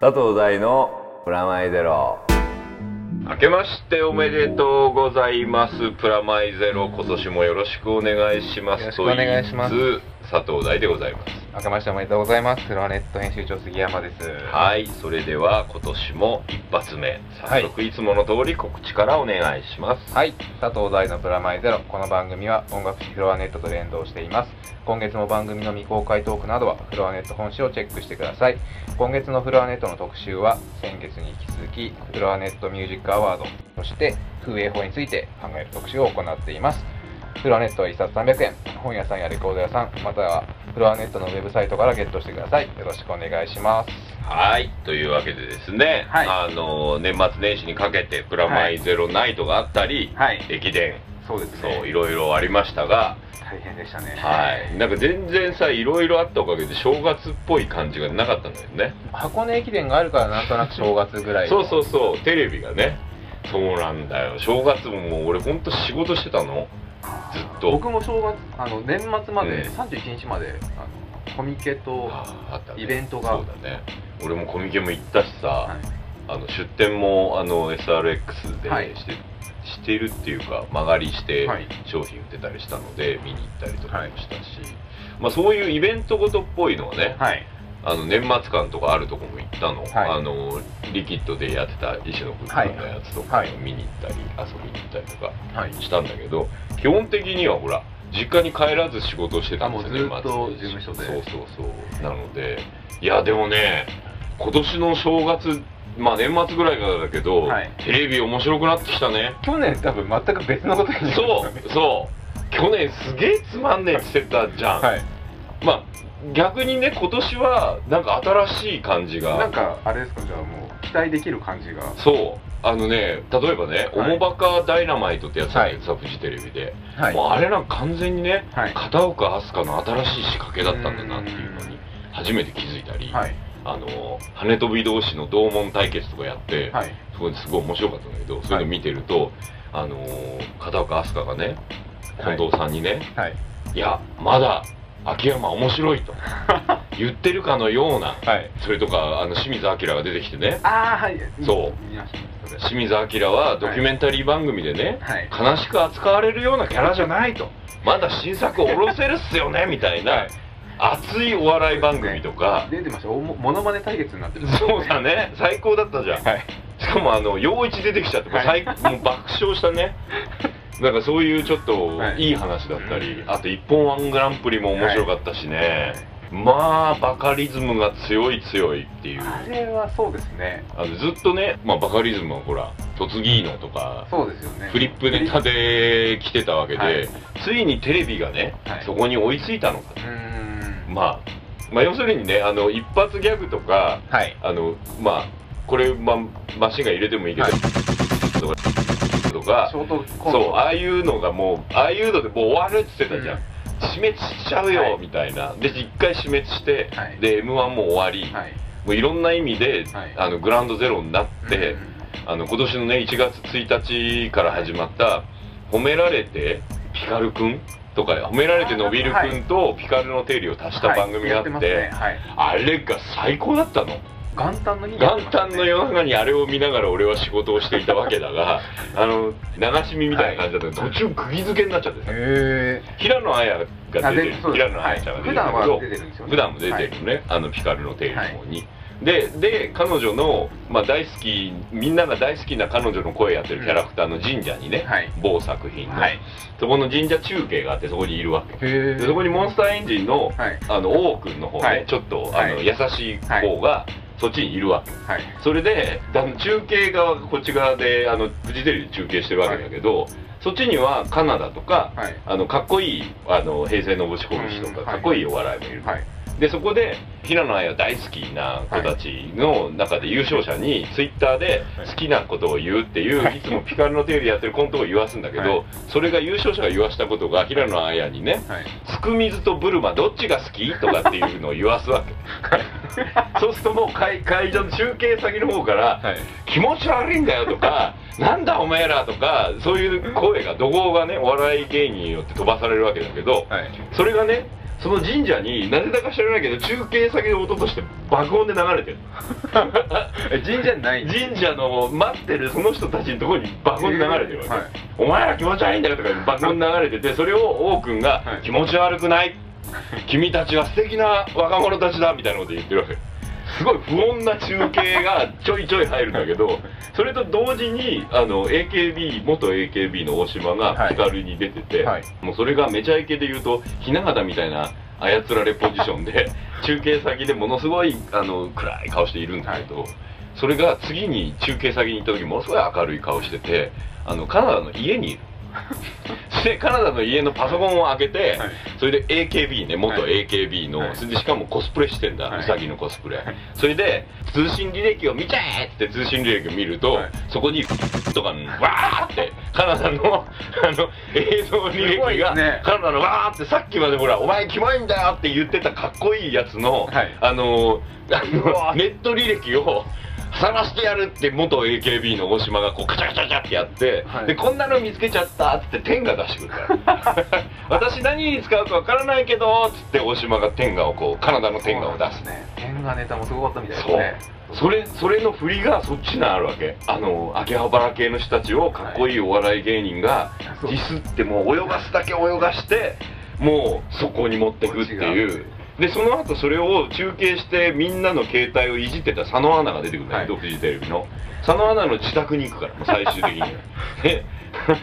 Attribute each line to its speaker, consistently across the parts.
Speaker 1: 佐藤大のプラマイゼロ
Speaker 2: 明けましておめでとうございます。プラマイゼロ、今年もよろしくお願いします。
Speaker 3: よろしくお願いします
Speaker 2: と言いつつ佐藤大でございます。
Speaker 3: 明けましておめでとうございます。フロアネット編集長杉山です。い。
Speaker 2: はい、それでは今年も一発目、早速いつもの通り告知からお願いします。
Speaker 3: はい。佐藤大のプラマイゼロ。この番組は音楽誌フロアネットと連動しています。今月も番組の未公開トークなどはフロアネット本誌をチェックしてください。今月のフロアネットの特集は、先月に引き続き、フロアネットミュージックアワード、そして、風営法について考える特集を行っています。フロアネットは1冊300円、本屋さんやレコード屋さん、またはフロアネットのウェブサイトからゲットしてください。よろしくお願いします。
Speaker 2: はい、というわけでですね、
Speaker 3: はい
Speaker 2: あの、年末年始にかけてプラマイゼロナイトがあったり、
Speaker 3: はい
Speaker 2: 駅伝、
Speaker 3: そうです
Speaker 2: そう、いろいろありましたが、
Speaker 3: 大変でしたね。
Speaker 2: はい、なんか全然さ、いろいろあったおかげで正月っぽい感じがなかったんだよね。
Speaker 3: 箱根駅伝があるからなんとなく正月ぐらい
Speaker 2: そ
Speaker 3: の
Speaker 2: うそうそう、テレビがね。そうなんだよ。正月ももう俺ほんと仕事してたの。ずっと。
Speaker 3: 僕も正月あの年末まで、
Speaker 2: うん
Speaker 3: 31日まであのコミケと
Speaker 2: ああったね
Speaker 3: イベントが
Speaker 2: そうだね。俺もコミケも行ったしさ、
Speaker 3: はい
Speaker 2: あの出店もあの SRX で
Speaker 3: はい
Speaker 2: して、してるっていうか曲がりして
Speaker 3: はい
Speaker 2: 商品売ってたりしたので見に行ったりとかもしたし、まあそういうイベントごとっぽいのはね、
Speaker 3: はい
Speaker 2: あの年末感とかあるとこも行ったの、
Speaker 3: はい
Speaker 2: あのリキッドでやってた石野君のやつとか
Speaker 3: はい
Speaker 2: 見に行ったり、遊びに行ったりとか
Speaker 3: はい
Speaker 2: したんだけど基本的にはほら実家に帰らず仕事してたんですよ
Speaker 3: あもうずっと
Speaker 2: 年末
Speaker 3: 事務所で
Speaker 2: そうそうそうなのでいやでもね今年の正月まあ年末ぐらいからだけど、
Speaker 3: はい
Speaker 2: テレビ面白くなってきたね
Speaker 3: 去年多分全く別のことにな
Speaker 2: そうそう去年すげえつまんねえって言ってたじゃん、
Speaker 3: はい
Speaker 2: まあ逆にね今年はなんか新しい感じが
Speaker 3: なんかあれですかじゃあもう期待できる感じが
Speaker 2: そうあのね例えばね「お
Speaker 3: はい
Speaker 2: もばかダイナマイト」ってやつだけどさ、フジテレビで、
Speaker 3: は
Speaker 2: もうあれなんか完全にね
Speaker 3: はい
Speaker 2: 片岡飛鳥の新しい仕掛けだったんだなっていうのに初めて気づいたり、
Speaker 3: はい
Speaker 2: あの羽飛び同士の同門対決とかやって、
Speaker 3: はい
Speaker 2: そこですごい面白かったんだけどそういうの見てると、あの片岡飛鳥がね近藤さんにね、
Speaker 3: はい
Speaker 2: いやまだ秋山面白 いと言ってるかのような
Speaker 3: はい
Speaker 2: それとかあの清水明が出てきてね
Speaker 3: ああはい
Speaker 2: そう
Speaker 3: 見ましたそれ
Speaker 2: 清水明はドキュメンタリー番組でね、
Speaker 3: はい
Speaker 2: 悲しく扱われるようなキャラじゃないとまだ新作を下ろせるっすよねみたいな熱いお笑い番組とか
Speaker 3: 出てましたおもモノマネ対決になってる
Speaker 2: そうだね最高だったじゃん
Speaker 3: はい
Speaker 2: しかもあの陽一出てきちゃってもう最もう爆笑したねなんかそういうちょっと
Speaker 3: はい
Speaker 2: いい話だったり、
Speaker 3: うん
Speaker 2: あと「一本ワングランプリ」も面白かったしね、まあバカリズムが強い強いっていう
Speaker 3: あれはそうですね
Speaker 2: あのずっとね、まあ、バカリズムはほら「嫁ぎの」とか
Speaker 3: そうですよね
Speaker 2: フリップネタで来てたわけで、
Speaker 3: はい
Speaker 2: ついにテレビがね、
Speaker 3: はい
Speaker 2: そこに追いついたのか
Speaker 3: う、ーん
Speaker 2: まあ、まあ要するにねあの一発ギャグとか
Speaker 3: はい
Speaker 2: あのまあこれ、まあ、マシンが入れてもいいけど、
Speaker 3: はい
Speaker 2: とかとか
Speaker 3: ショートコン
Speaker 2: そう
Speaker 3: ト
Speaker 2: ああいうのがもうああいうのでもう終わるっつってたじゃん、
Speaker 3: うん
Speaker 2: 死滅しちゃうよ、
Speaker 3: はい
Speaker 2: みたいなで一回死滅して、
Speaker 3: はい
Speaker 2: で m 1も終わり、
Speaker 3: はい
Speaker 2: もういろんな意味で、
Speaker 3: はい
Speaker 2: あのグランドゼロになって、
Speaker 3: うん
Speaker 2: あの今年のね1月1日から始まった「褒められてピカルくん」とか「褒められてのびるくん」と「ピカルの定理」を足した番組があって,、
Speaker 3: はいやてますねは
Speaker 2: あ
Speaker 3: い、
Speaker 2: れが最高だったの
Speaker 3: 元旦の日にやっ
Speaker 2: 元
Speaker 3: てましたね
Speaker 2: 旦の夜中にあれを見ながら俺は仕事をしていたわけだがあの流し見みたいな感じだったの、途中釘付けになっちゃってさ
Speaker 3: へ
Speaker 2: 平野綾が
Speaker 3: あ
Speaker 2: 出て
Speaker 3: で
Speaker 2: る
Speaker 3: そうです
Speaker 2: 平野綾ちゃんが出てる
Speaker 3: 普
Speaker 2: んだ
Speaker 3: 段
Speaker 2: けど
Speaker 3: は出てるんですよね
Speaker 2: 普段も出てるね、あのピカルの定理の方に、でで彼女の、まあ、大好きみんなが大好きな彼女の声やってるキャラクターの神社にね、
Speaker 3: はい
Speaker 2: 某作品の、
Speaker 3: はい
Speaker 2: そこの神社中継があってそこにいるわけ
Speaker 3: へ
Speaker 2: でそこにモンスターエンジンの,、
Speaker 3: はい
Speaker 2: あの王くんの方ね、
Speaker 3: はい
Speaker 2: ちょっとあ
Speaker 3: はい
Speaker 2: の優しい方がそっちにいるわけ、
Speaker 3: はい
Speaker 2: それであの中継側こっち側であのフジテレビで中継してるわけだけど、そっちにはカナダとか、
Speaker 3: はい
Speaker 2: あのかっこいいあの平成のぶしこぶしと
Speaker 3: う
Speaker 2: か
Speaker 3: んはい
Speaker 2: かっこいいお笑いもいる、
Speaker 3: はい
Speaker 2: でそこで平野綾大好きな子たちの中で優勝者にツイッターで
Speaker 3: はい
Speaker 2: 好きなことを言うっていう、、
Speaker 3: はいい
Speaker 2: つもピカルのテレビやってるコントを言わすんだけど、
Speaker 3: はい
Speaker 2: それが優勝者が言わしたことが平野綾にね
Speaker 3: はい
Speaker 2: 「すく水とブルマどっちが好き?」とかっていうのを言わすわけそうするともう会会場の中継先の方から
Speaker 3: はい
Speaker 2: 「気持ち悪いんだよ」とか「なんだお前ら」とかそういう声が怒号がねお笑い芸人によって飛ばされるわけだけど、
Speaker 3: はい
Speaker 2: それがねその神社になぜだか知らないけど中継先の音として爆音で流れてる
Speaker 3: え神社にないんだ
Speaker 2: 神社の待ってるその人たちのところに爆音で流れてるわけ、
Speaker 3: はい
Speaker 2: お前ら気持ち悪いんだよとか爆音流れててそれを王くんが、
Speaker 3: はい
Speaker 2: 気持ち悪くない君たちは素敵な若者たちだみたいなこと言ってるわけすごい不穏な中継がちょいちょい入るんだけどそれと同時にあの AKB 元 AKB の大島
Speaker 3: は
Speaker 2: が
Speaker 3: い
Speaker 2: ヒカルに出てて、
Speaker 3: はい
Speaker 2: もうそれがめちゃイケで言うと雛形みたいな操られポジションで中継先でものすごいあの暗い顔しているんだけど、それが次に中継先に行った時ものすごい明るい顔しててあのカナダの家にいるでカナダの家のパソコンを開けて、
Speaker 3: はい
Speaker 2: それで AKB ね元
Speaker 3: は
Speaker 2: AKB の、
Speaker 3: はい
Speaker 2: それでしかもコスプレしてんだ、
Speaker 3: はいう
Speaker 2: さぎのコスプレ、それで通信履歴を見ちゃえって通信履歴を見ると、
Speaker 3: はい
Speaker 2: そこにとかわーってカナダのあの映像履
Speaker 3: すごい
Speaker 2: 歴が、
Speaker 3: ね
Speaker 2: カナダのわーってさっきまでほら「お前キモいんだよ」って言ってたかっこいいやつの、
Speaker 3: はい
Speaker 2: あのあ
Speaker 3: うわ
Speaker 2: のネット履歴を晒してやるって元 AKB の大島がこうカチャカチャカチャってやって、
Speaker 3: はい
Speaker 2: でこんなの見つけちゃったっつって天が出してくるから 私何に使うかわからないけどっつって大島が天下をこうカナダの天下を出すね
Speaker 3: ね天下ネタもすごかったみたいです
Speaker 2: そう
Speaker 3: ね
Speaker 2: それそれの振りがそっちにあるわけあの秋葉原系の人たちをかっこいいお笑い芸人が
Speaker 3: そ
Speaker 2: デ
Speaker 3: う
Speaker 2: ィスってもう泳がすだけ泳がしてもうそこに持ってくっていうでその後それを中継してみんなの携帯をいじってた佐野アナが出てくるんだけど、フジテレビの佐野アナの自宅に行くからもう最終的にで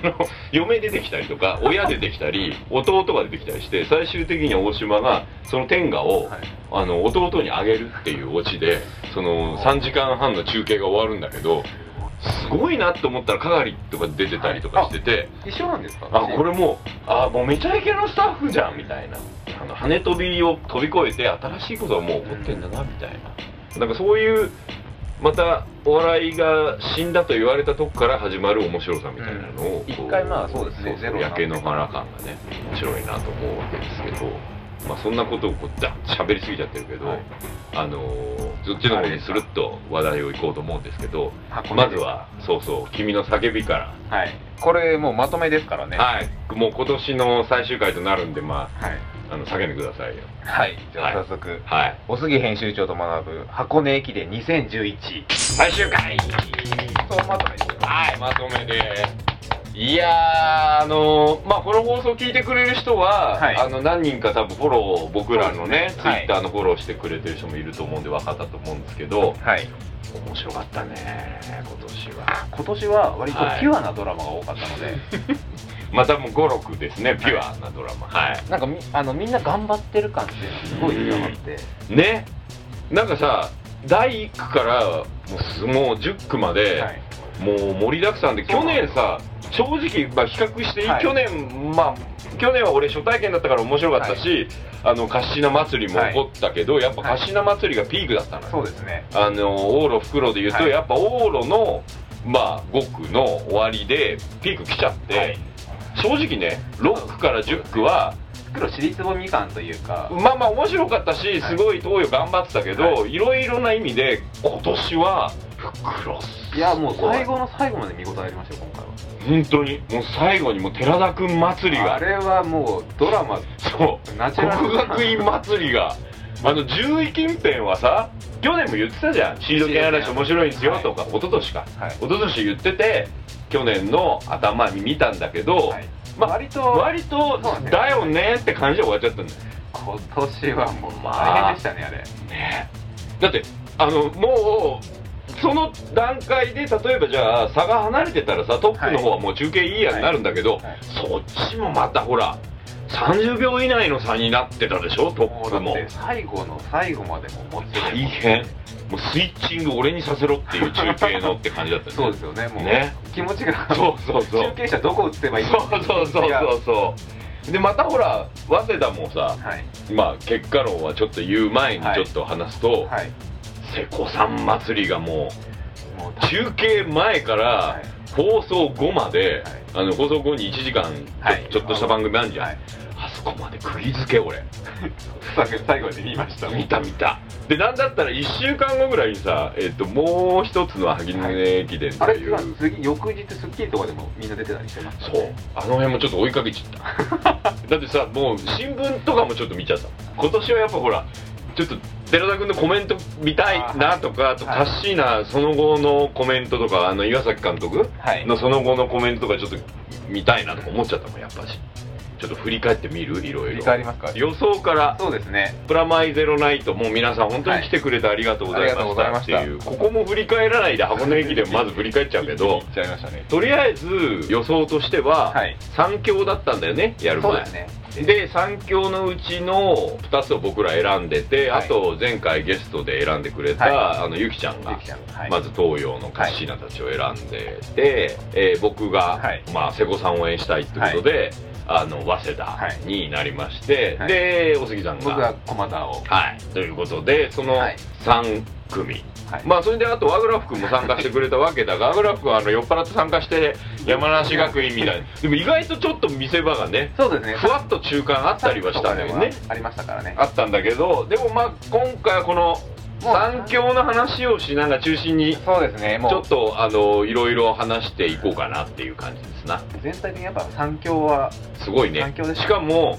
Speaker 2: あの嫁出てきたりとか親出てきたり弟が出てきたりして最終的には大島がその天下を、
Speaker 3: はい
Speaker 2: あの弟にあげるっていうオチでその3時間半の中継が終わるんだけどすごいなと思ったらかがりとか出てたりとかしてて、
Speaker 3: 一緒なんですか
Speaker 2: あこれもうあもうめちゃイケのスタッフじゃんみたいなあの羽飛びを飛び越えて新しいことがもう起こってんだなみたいななんかそういうまたお笑いが死んだと言われたとこから始まる面白さみたいなのを、こう
Speaker 3: 一回まあそうですねゼロになっ
Speaker 2: 焼
Speaker 3: て
Speaker 2: け野原感がね面白いなと思うわけですけど、まあ、そんなことをこうだっと喋りすぎちゃってるけど、
Speaker 3: はい
Speaker 2: あのーそっちの方にスルッと話題をいこうと思うんですけど
Speaker 3: 箱根
Speaker 2: ま
Speaker 3: で
Speaker 2: ず
Speaker 3: すか
Speaker 2: はそうそう「君の叫び」から。
Speaker 3: はいこれもうまとめですからね
Speaker 2: はい、もう今年の最終回となるんで、ま
Speaker 3: はい
Speaker 2: あ、あの叫んでくださいよ。
Speaker 3: はいじゃあ
Speaker 2: はい
Speaker 3: 早速
Speaker 2: はい、
Speaker 3: おすぎ編集長と学ぶ箱根駅伝2011
Speaker 2: 最終回。
Speaker 3: そうまとめですよ
Speaker 2: はい、まとめで。いやー、あのーまあ、この放送聞いてくれる人は、
Speaker 3: はい
Speaker 2: あの、何人か多分フォロー、僕らのね、ツ
Speaker 3: そ
Speaker 2: イ
Speaker 3: うですねはい
Speaker 2: ッターのフォローしてくれてる人もいると思うんで、分かったと思うんですけど。
Speaker 3: はい
Speaker 2: 面白かったね、今年は。
Speaker 3: 今年は割とピ
Speaker 2: はい
Speaker 3: ュアなドラマが多かったの で、
Speaker 2: またもう五六ですね、ピュアなドラマ。はい。
Speaker 3: なんかみあのみんな頑張ってる感っていうのがすごい伝わって、
Speaker 2: ね、なんかさ、第一区から、もうす、もう十区まで。
Speaker 3: はい
Speaker 2: もう盛りだくさんで
Speaker 3: そう
Speaker 2: 去
Speaker 3: なんで
Speaker 2: 年さ正直、まあ、比較していい、
Speaker 3: はい
Speaker 2: 去年まあ去年は俺初体験だったから面白かったし、あのカッシーナ祭りも起こったけど、やっぱカッシーナ祭りがピークだったのよ、
Speaker 3: そうですね
Speaker 2: あの往路袋で言うと、
Speaker 3: はい
Speaker 2: やっぱ往路のまあ5区の終わりでピーク来ちゃって、
Speaker 3: はい
Speaker 2: 正直ね6区から10区は
Speaker 3: 黒尻つぼみかんというか、
Speaker 2: まあまあ面白かったし
Speaker 3: はい
Speaker 2: すごい東洋頑張ってたけど、、
Speaker 3: はい
Speaker 2: ろいろな意味で今年は袋
Speaker 3: いやもう最後の最後まで見事ありましたよ今回は
Speaker 2: 本当にもう最後にもう寺田君祭りが
Speaker 3: あれはもうドラマ
Speaker 2: そう
Speaker 3: ナチュラル
Speaker 2: 国学院祭りがあの10位近辺はさ去年も言ってたじゃんシード権嵐面白いんですよとか、一昨年か
Speaker 3: はい
Speaker 2: 一昨年言ってて去年の頭に見たんだけど、
Speaker 3: はい
Speaker 2: まあ
Speaker 3: 割と
Speaker 2: 割と
Speaker 3: そうね
Speaker 2: だよねって感じで終わっちゃったんだよ
Speaker 3: 今年はもう
Speaker 2: まあ
Speaker 3: 大変でしたねあれ
Speaker 2: ねだってあのもうその段階で例えばじゃあ差が離れてたらさトップの方はもう中継いいやになるんだけど、
Speaker 3: はいはい
Speaker 2: そっちもまたほら30秒以内の差になってたでしょトッ
Speaker 3: もう
Speaker 2: プ
Speaker 3: だっ
Speaker 2: も
Speaker 3: て最後の最後までもう持って
Speaker 2: 大変もうスイッチング俺にさせろっていう中継のって感じだったね
Speaker 3: そうですよねもう
Speaker 2: ね
Speaker 3: 気持ちが
Speaker 2: そうそうそう
Speaker 3: 中継車どこ打ってばいいの
Speaker 2: そうそうそうそうそうでまたほら早稲田もさ
Speaker 3: はい
Speaker 2: まあ結果論はちょっと言う前に
Speaker 3: はい
Speaker 2: ちょっと話すと、
Speaker 3: はい
Speaker 2: 瀬古さん祭りがもう
Speaker 3: もう
Speaker 2: 中継前から
Speaker 3: はい
Speaker 2: 放送後まで、
Speaker 3: はい
Speaker 2: あの放送後に1時間ちょ,、
Speaker 3: はい
Speaker 2: ちょっとした番組あるじゃん、
Speaker 3: はい
Speaker 2: あそこまで釘付け俺
Speaker 3: 最後まで見ました
Speaker 2: 見た見たでなんだったら1週間後ぐらいにさ、えっともう一つの萩野駅伝って
Speaker 3: あれ
Speaker 2: いう、
Speaker 3: 次翌日『スッキリ』とかでもみんな出てたりしてます
Speaker 2: そうあの辺もちょっと追いかけちゃっただってさもう新聞とかもちょっと見ちゃった今年はやっぱほらちょっと寺田君のコメント見たいなとかあとカ
Speaker 3: はい
Speaker 2: ッシーナその後のコメントとかあの岩崎監督
Speaker 3: はい
Speaker 2: のその後のコメントとかちょっと見たいなとか思っちゃったもんやっぱしちょっと振り返ってみるいろ
Speaker 3: 振
Speaker 2: い
Speaker 3: り
Speaker 2: ろ
Speaker 3: 返りますか
Speaker 2: 予想から
Speaker 3: そうですね
Speaker 2: プラマイゼロナイト、もう皆さん本当に来てくれてありがとうございましたっていう、ここも振り返らないで箱根駅伝まず振り返っちゃうけ ど
Speaker 3: い、っちゃいましたね
Speaker 2: とりあえず予想としては
Speaker 3: はい、
Speaker 2: 3強だったんだよね、やる
Speaker 3: そう
Speaker 2: 前
Speaker 3: で。すね
Speaker 2: で、3強のうちの2つを僕ら選んでて、
Speaker 3: はい
Speaker 2: あと前回ゲストで選んでくれた、
Speaker 3: は
Speaker 2: あのゆきちゃんが
Speaker 3: ゆきちゃんはい
Speaker 2: まず東洋のカッシーナたちを選んでて、えー僕が、
Speaker 3: はい
Speaker 2: まあ、瀬古さんを応援したいってことで、あの早稲田
Speaker 3: はい
Speaker 2: になりまして、
Speaker 3: はい
Speaker 2: でお杉さんが
Speaker 3: 僕は駒田を
Speaker 2: はい、ということでその
Speaker 3: はい
Speaker 2: 3組、
Speaker 3: はい
Speaker 2: まあそれであと和倉福も参加してくれたわけ だが和倉福はあの酔っ払って参加して山梨学院みたいなでも意外とちょっと見せ場がね
Speaker 3: そうですね
Speaker 2: ふわっと中間あったりはしたんだよね
Speaker 3: ありましたからね
Speaker 2: あったんだけどでもまあ今回はこの
Speaker 3: もう
Speaker 2: 三強の話をしながら中心にち
Speaker 3: そうですねも
Speaker 2: ょっ
Speaker 3: う
Speaker 2: とあのいろいろ話していこうかなっていう感じですな
Speaker 3: 全体的にやっぱ三強は
Speaker 2: すごいね
Speaker 3: 三強です
Speaker 2: しかも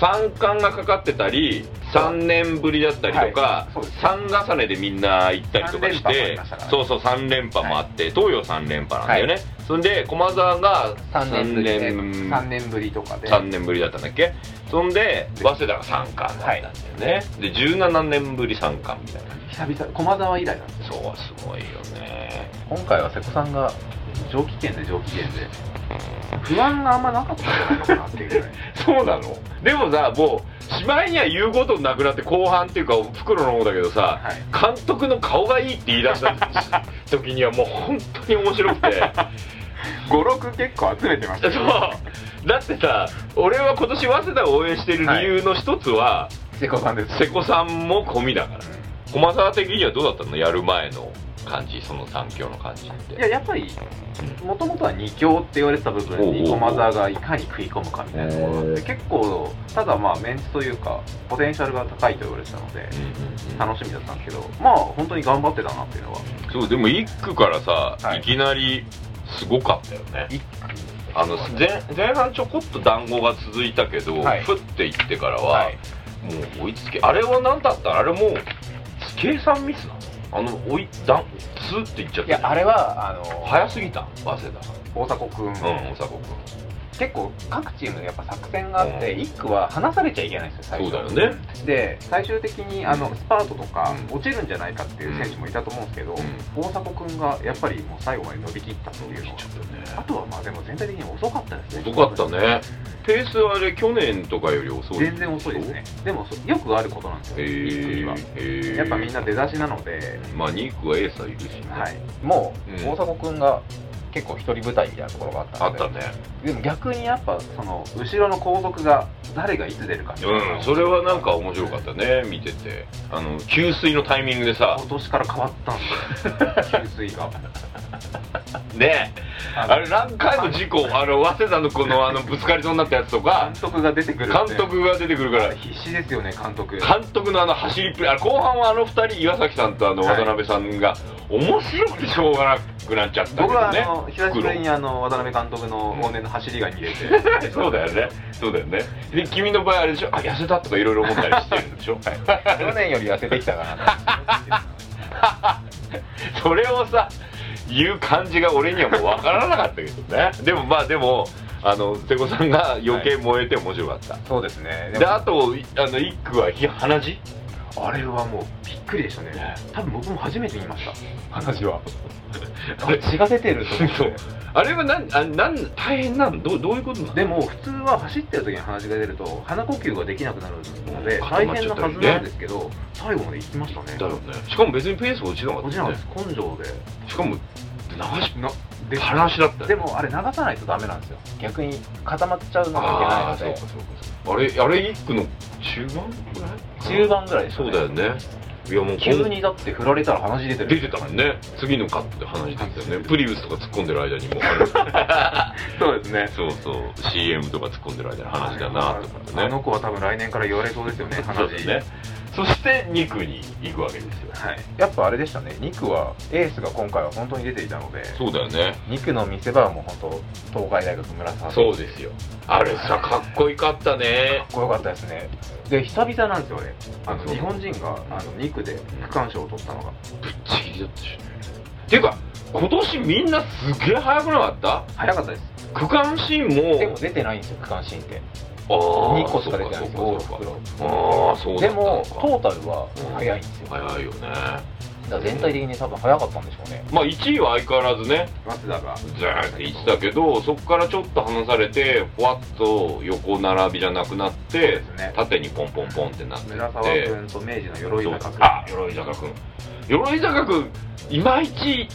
Speaker 2: 三冠がかかってたり3年ぶりだったりとか、
Speaker 3: はいそうです
Speaker 2: 三3重ねでみんな行ったりとかし
Speaker 3: 三連覇もあ
Speaker 2: て
Speaker 3: りましたからね
Speaker 2: そうそう3連覇もあって、東洋3連覇なんだよね、そんで駒澤が
Speaker 3: 三年ぶりで
Speaker 2: 三年
Speaker 3: 三年ぶりとかで
Speaker 2: 三年ぶりだったんだっけそんで早稲田が三冠だったんだよね、で17年ぶり三冠みたいな
Speaker 3: 久々駒沢以来なんですよ
Speaker 2: そうすごいよね
Speaker 3: 今回は瀬古さんが上機嫌で上機嫌で不安があんまなかったんじゃないのかなっていうぐらい
Speaker 2: そうなのでもさもうしまいには言うことなくなって後半っていうか袋の方だけどさ、
Speaker 3: はい
Speaker 2: 監督の顔がいいって言い出 した時にはもう本当に面白くて
Speaker 3: 56結構集めてまし
Speaker 2: そ
Speaker 3: た
Speaker 2: う
Speaker 3: ね
Speaker 2: だってさ俺は今年早稲田を応援してる理由の一つは、
Speaker 3: 瀬古さんです
Speaker 2: 瀬古さんも込みだから駒澤的にはどうだったのやる前の感じその三強の感じっ
Speaker 3: い
Speaker 2: て
Speaker 3: ややっぱりもともとは2強って言われてた部分
Speaker 2: お
Speaker 3: に
Speaker 2: うおうおう
Speaker 3: 駒沢がいかに食い込むかみたいなところがあって結構ただまあメンツというかポテンシャルが高いと言われてたので楽しみだったんですけどまあ本当に頑張ってたなっていうのは
Speaker 2: そうでも一区からさ、、
Speaker 3: はいい
Speaker 2: きなりすごかったよね
Speaker 3: 一
Speaker 2: あの前前半ちょこっと団子が続いたけど、
Speaker 3: はい
Speaker 2: ふっていってからは、もう追いつけあれは何だったのあれもう計算ミスなのあの追いだんスーっていっちゃった
Speaker 3: いやあれはあの
Speaker 2: 早すぎた早稲
Speaker 3: 大迫君、
Speaker 2: 田うん大迫君
Speaker 3: 結構各チームやっぱ作戦があって
Speaker 2: うん
Speaker 3: 一区は離されちゃいけないんですよ最初
Speaker 2: そうだよね
Speaker 3: で最終的にあのスパートとか
Speaker 2: うん
Speaker 3: 落ちるんじゃないかっていう選手もいたと思うんですけど
Speaker 2: う
Speaker 3: 大迫君がやっぱりもう最後まで伸びきったというのはあとはまあでも全体的に遅かったですね
Speaker 2: 遅かったねペースはあれ去年とかより遅い
Speaker 3: 全然遅いですねでもそよくあることなんですよ
Speaker 2: へ
Speaker 3: 一区には
Speaker 2: え
Speaker 3: やっぱみんな出だしなので
Speaker 2: まあ2区はエースはいるしね、
Speaker 3: はいも
Speaker 2: うん
Speaker 3: う大迫君が結構一人舞台みたいなところがあった
Speaker 2: あ
Speaker 3: の
Speaker 2: っ
Speaker 3: で
Speaker 2: たね
Speaker 3: でも逆にやっぱその後ろの後続が誰がいつ出るかっていうの
Speaker 2: う
Speaker 3: が
Speaker 2: んそれはなんか面白かったね見ててあの給水のタイミングでさ
Speaker 3: 今年から変わ ったんで給水が
Speaker 2: ね
Speaker 3: あ
Speaker 2: あれ何回も事故あの早稲田のこのあのぶつかりそうになったやつとか
Speaker 3: 監督が出てくるって
Speaker 2: 監督が出てくるから
Speaker 3: 必死ですよね監督
Speaker 2: 監督のあの走りっぷりあれ後半はあの2人岩崎さんとあの
Speaker 3: はい
Speaker 2: 渡辺さんが面白くてしょうがなくなっちゃったけどね
Speaker 3: 僕はあの久しぶりにあの渡辺監督の往年の走りが見れて
Speaker 2: そうだよねそうだよねで君の場合あれでしょあ痩せたとかいろいろ思ったりしてるんでしょ
Speaker 3: 去年より痩せてきたかな
Speaker 2: それをさ言う感じが俺にはもう分からなかったけどねでもまあでもあの瀬古さんが余計燃えて面白かった、
Speaker 3: そうですねで
Speaker 2: で
Speaker 3: も
Speaker 2: あといあの一区はひ鼻血
Speaker 3: あれはもうびっくりでしたね多分僕も初めて見ま した話は
Speaker 2: あれ
Speaker 3: 血が出てると思って
Speaker 2: そうあれはなんあなん大変なのどうどういうことなの
Speaker 3: でも普通は走ってる時に鼻血が出ると鼻呼吸ができなくなるので
Speaker 2: うん
Speaker 3: 大変なはずなんですけど最後まで行きましたね
Speaker 2: だよねしかも別にペース落ちなかった
Speaker 3: 落ちなかったです根性で
Speaker 2: ねしかも流し
Speaker 3: なで
Speaker 2: 腹足だったよ
Speaker 3: でもあれ流さないとダメなんですよ逆に固まっちゃうのが
Speaker 2: あー
Speaker 3: いけ
Speaker 2: そ
Speaker 3: な
Speaker 2: うか
Speaker 3: いの
Speaker 2: そうかそうかあれあれ一区の中盤ぐらい
Speaker 3: で中盤ぐらいでした
Speaker 2: そ
Speaker 3: ね
Speaker 2: うだよねいやもうこん
Speaker 3: 急にだって振られたら鼻血出てる
Speaker 2: 出てたもんね次のカットで話してたよねプリウスとか突っ込んでる間 にもう話
Speaker 3: そうですね
Speaker 2: そうそう CM とか突っ込んでる間に話だなと思って
Speaker 3: あ
Speaker 2: ね
Speaker 3: の子は多分来年から言われそうですよね
Speaker 2: そう
Speaker 3: 鼻
Speaker 2: で
Speaker 3: 血
Speaker 2: すねそして2区に行くわけですよ
Speaker 4: はい
Speaker 3: やっぱあれでしたね2区はエースが今回は本当に出ていたので
Speaker 2: そうだよね
Speaker 3: 2区の見せ場はもう本当東海大学村沢
Speaker 2: そう
Speaker 3: す
Speaker 2: ですよあれさかっこよかったね
Speaker 3: かっこよかったですねで久々なんですよねあの
Speaker 2: そう
Speaker 3: 日本人があの2区で区間賞を取ったのが
Speaker 2: ぶっちぎりだったしねていうか今年みんなすげえ速くなかった
Speaker 3: 早かったです
Speaker 2: 区間新
Speaker 3: でも
Speaker 2: も
Speaker 3: 出てないんですよ区間新って
Speaker 2: あ
Speaker 3: 2個しか出てないんですよ
Speaker 2: そうかそうか
Speaker 3: 往
Speaker 2: そうかああそう
Speaker 3: 復
Speaker 2: だった
Speaker 3: でも
Speaker 2: の
Speaker 3: ト
Speaker 2: か
Speaker 3: ータルは早いんですよだか
Speaker 2: 早いよね
Speaker 3: ら全体的に多分早かったんでしょうね
Speaker 2: まあ1位は相変わらずね
Speaker 4: 早稲田が
Speaker 2: ずーって1だけどそこからちょっと離されてふわっと横並びじゃなくなっ
Speaker 3: そ
Speaker 2: て
Speaker 3: うですね
Speaker 2: 縦にポンポンポンってなって
Speaker 3: 村沢
Speaker 2: って
Speaker 3: 君と明治の鎧坂君
Speaker 2: あ鎧坂君鎧坂君いまいち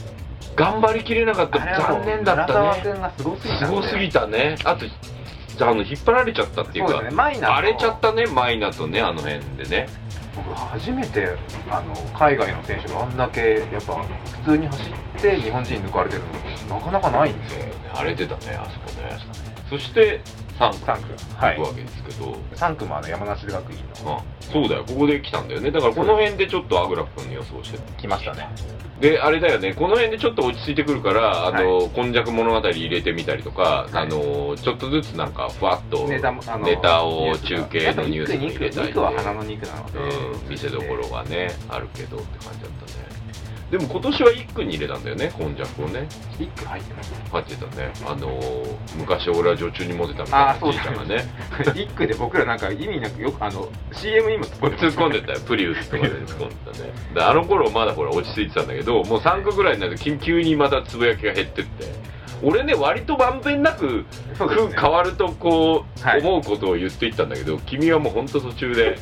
Speaker 2: 頑張りきれなかった残念だった
Speaker 3: 村沢
Speaker 2: ね
Speaker 3: 君がすごすぎた
Speaker 2: すごすぎ
Speaker 3: た
Speaker 2: たねあとじゃああの引っ張られちゃったっていう
Speaker 3: そう
Speaker 2: か
Speaker 3: ですねマイナーの
Speaker 2: 荒れちゃったねマイナとねあの辺でね
Speaker 3: 僕初めてあの海外の選手があんだけやっぱ普通に走って日本人抜かれてるのなかなかないんで
Speaker 2: 荒れてたねあそこねそして3区
Speaker 3: 3区
Speaker 2: 行
Speaker 3: はい
Speaker 2: くわけですけど、
Speaker 3: 3区もあの山梨学院の
Speaker 2: うんそうだよここで来たんだよねだからこの辺でちょっとアグラ君の予想してた
Speaker 3: 来ましたね
Speaker 2: であれだよねこの辺でちょっと落ち着いてくるからあの、こんにゃく物語入れてみたりとか、
Speaker 3: はい
Speaker 2: あのちょっとずつなんかふわっと
Speaker 4: ネタもあの
Speaker 2: ネタを中継のニュースに
Speaker 3: に
Speaker 2: 入
Speaker 3: 入
Speaker 2: れ
Speaker 3: れ
Speaker 2: た
Speaker 3: た
Speaker 2: り
Speaker 3: いは花の肉なので
Speaker 2: うん、見せどころがねあるけどって感じだったねでも今年は一区に入れたんだよねこんにゃくをね
Speaker 3: 1区入ってます
Speaker 2: 入ってたねあの昔俺は女中にモテたみた
Speaker 3: あー
Speaker 2: いな
Speaker 3: そう
Speaker 2: じいちゃんがね
Speaker 3: 1区で僕らなんか意味なくよくあの CM にも突っ込んで
Speaker 2: 突っ込んでたよプリウスとかで突っ込んでた ねであの頃まだほら落ち着いてたんだけどもう3区ぐらいになると緊急にまたつぶやきが減ってって俺ね割とまんべんなく
Speaker 3: そうですね
Speaker 2: 区変わるとこ
Speaker 3: は
Speaker 2: う
Speaker 3: い
Speaker 2: 思うことを言っていったんだけど、君はもうほんと途中 で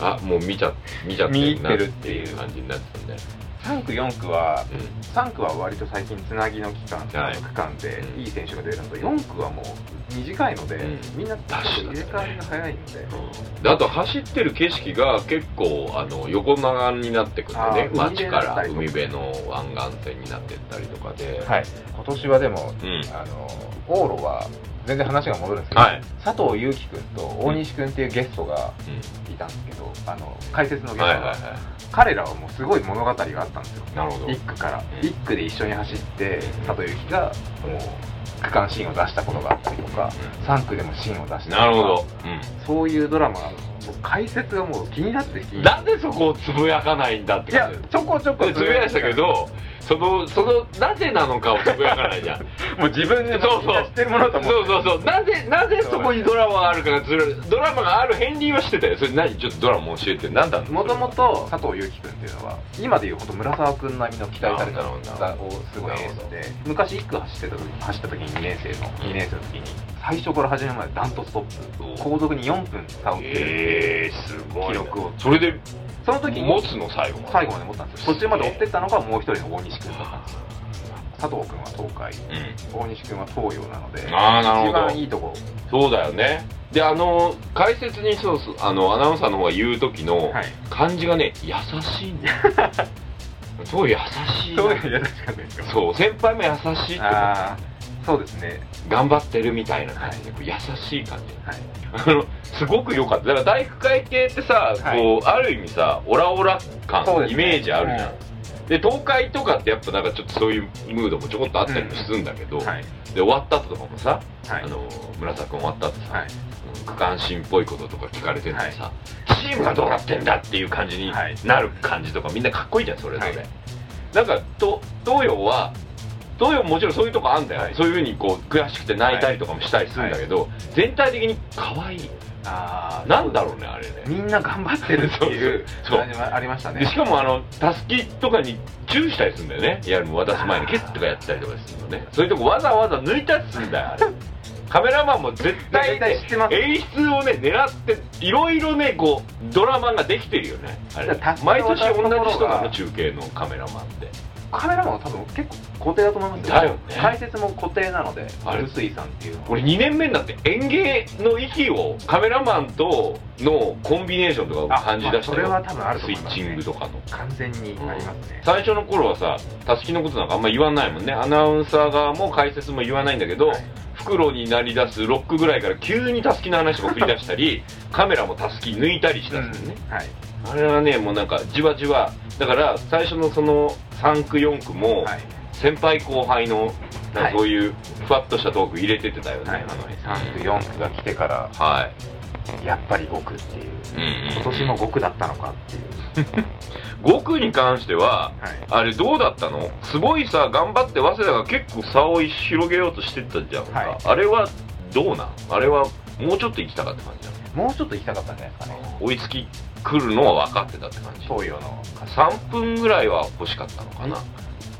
Speaker 2: あもう見ちゃ見ちゃってるな
Speaker 3: 見
Speaker 2: っ
Speaker 3: 入ってるってて
Speaker 2: い
Speaker 3: いう
Speaker 2: う感じになってたね
Speaker 3: 3区4区は
Speaker 2: うん
Speaker 3: 3区は割と最近つなぎの期間、
Speaker 2: はい
Speaker 3: 区間で
Speaker 2: うん
Speaker 3: いい選手が出るのと4区はもう短いので、
Speaker 2: うん
Speaker 3: みんな
Speaker 2: ダッシュだ
Speaker 3: 入れ替えが早いので、
Speaker 2: であと走ってる景色が結構あの横長になってくんだよね
Speaker 3: あー
Speaker 2: 街から海
Speaker 3: 海
Speaker 2: 辺の湾岸線になってったりとかで、
Speaker 3: はい、今年はでも、
Speaker 2: うん
Speaker 3: あの往路は全然話が戻るんですけど、
Speaker 2: はい
Speaker 3: 佐藤悠基君と大西君っていうゲストがいたんですけど、あの解説の
Speaker 2: う
Speaker 3: ゲ
Speaker 2: ん
Speaker 3: ス
Speaker 2: は
Speaker 3: ト
Speaker 2: いはい
Speaker 3: が、
Speaker 2: は
Speaker 3: 彼らはもうすごい物語があったんですよ
Speaker 2: いなるほど
Speaker 3: 1区から
Speaker 2: ん
Speaker 3: 1区で一緒に走って佐藤悠基がもう区間新を出したことがあったりとか3区でも新を出したりとか
Speaker 2: なるほど、
Speaker 3: そういうドラマがもう解説がもう気になって気
Speaker 2: うん、
Speaker 3: になっ
Speaker 2: なんでそこをつぶやかないんだってて
Speaker 3: いや
Speaker 2: 感じ
Speaker 3: ちょこちょこ
Speaker 2: でつぶやいたけどそのそのなぜなのかをつぶやかないじゃん
Speaker 3: もう自分で
Speaker 2: そうそう
Speaker 3: 知ってるものと
Speaker 2: そう
Speaker 3: 思って
Speaker 2: そうそうなぜなぜそこにドラマがあるかがずるドラマがある片りはしてたよそれ何ちょっとドラマ教えて何だ
Speaker 3: もともと佐藤悠基君っていうのは今でいうほど村沢君並みの期待された
Speaker 2: なるほどなる
Speaker 3: をすごいエースで昔1区走ってた時走った時に2年生の2年生の時に最初から始めるまでダントツトップ後続に4分差をつける、
Speaker 2: ええー、すごいな
Speaker 3: 記録を
Speaker 2: それで
Speaker 3: その時
Speaker 2: 持
Speaker 3: に
Speaker 2: つの最後まで
Speaker 3: 最後まで持ったんですよ途中まで追ってったのがもう一人の大西君だったんですよ佐藤君は東海
Speaker 2: うん
Speaker 3: 大西君は東洋なので
Speaker 2: あーなるほど
Speaker 3: 一番いいとこ
Speaker 2: そうだよねであの解説にそうそうあのアナウンサーの方が言う時の
Speaker 3: はい
Speaker 2: 感じがね優しい んだよすごい優しいな
Speaker 3: 東洋嫌だったんですか
Speaker 2: そう先輩も優しいって
Speaker 3: ああそうですね
Speaker 2: 頑張ってるみたいな感じで、こう優しい感じ
Speaker 3: はい
Speaker 2: あのすごく良かっただから大工会系ってさ、
Speaker 3: はい
Speaker 2: こうある意味さオラオラ感、
Speaker 3: そうです
Speaker 2: イ
Speaker 3: ね
Speaker 2: メージあるじゃん、
Speaker 3: は
Speaker 2: で東海とかってやっぱなんかちょっとそういうムードもちょこっとあったりもするんだけど、
Speaker 3: はい
Speaker 2: で終わった後とかもさ、
Speaker 3: はい
Speaker 2: あの村沢君終わった後さ、
Speaker 3: はい
Speaker 2: 区間新っぽいこととか聞かれてるのにさ、チームがどうなってんだっていう感じに
Speaker 3: はい
Speaker 2: なる感じとかみんなかっこいいじゃんそれぞれ、
Speaker 3: はい
Speaker 2: なんかと東洋は東洋ももちろんそういうとこあんだよ、
Speaker 3: はい
Speaker 2: そういうふうにこう悔しくて泣いたりとかもしたりするんだけど、全体的に可愛い
Speaker 3: あー
Speaker 2: なんだろうねあれね
Speaker 3: みんな頑張ってるって いう
Speaker 2: そうそう
Speaker 3: 感じはありました
Speaker 2: でしか
Speaker 3: ね
Speaker 2: もあのたすきとかにチューしたりするんだよねいやもう渡す前にケッとかやったりとかするのねそういうとこわざわざ抜いたりするんだよあれ カメラマンも絶対,、
Speaker 3: 絶対知ってます
Speaker 2: 演出をね狙っていろいろねこうドラマができてるよねあれ
Speaker 3: だからたすきを
Speaker 2: 毎
Speaker 3: 渡
Speaker 2: 年
Speaker 3: す
Speaker 2: 同じ
Speaker 3: とこ
Speaker 2: 人
Speaker 3: ろ
Speaker 2: な
Speaker 3: が
Speaker 2: の中継のカメラマンって
Speaker 3: カメラマンは多分結構固定だと思います
Speaker 2: だよね
Speaker 3: 解説も固定なので
Speaker 2: あれ
Speaker 3: 臼井さんっていうの
Speaker 2: 俺2年目になって演芸の域をカメラマンとのコンビネーションとかを感じ出したよ
Speaker 3: あそれは多分あると思います
Speaker 2: スイッチングとかの
Speaker 3: 完全にありますね、
Speaker 2: 最初の頃はさたすきのことなんかあんま言わないもんねアナウンサー側も解説も言わないんだけど、
Speaker 3: はい
Speaker 2: 副黒になりだすロックぐらいから急にタスキの話とか振り出した りカメラもタスキ抜いたりしたんですよね、
Speaker 3: はい
Speaker 2: あれはねもうなんかじわじわだから最初のその3区4区も
Speaker 3: はい
Speaker 2: 先輩後輩のなんか
Speaker 3: はい
Speaker 2: そういうふわっとしたトーク入れてってたよね、
Speaker 3: はい
Speaker 2: あのね
Speaker 3: 3区4区が来てから
Speaker 2: はい、
Speaker 3: やっぱり5区ってい
Speaker 2: う
Speaker 3: う
Speaker 2: ん
Speaker 3: 今年も5区だったのかっていう
Speaker 2: 5区に関しては
Speaker 3: はい
Speaker 2: あれどうだったのすごいさ頑張って早稲田が結構差を広げようとしてったじゃんか、
Speaker 3: はい
Speaker 2: あれはどうなんあれはもうちょっと行きたかった感じなの
Speaker 3: もうちょっと行きたかったんじゃないですかね
Speaker 2: 追いつき来るのは分かってたって感じ
Speaker 3: 東洋の
Speaker 2: 3分ぐらいは欲しかったのかな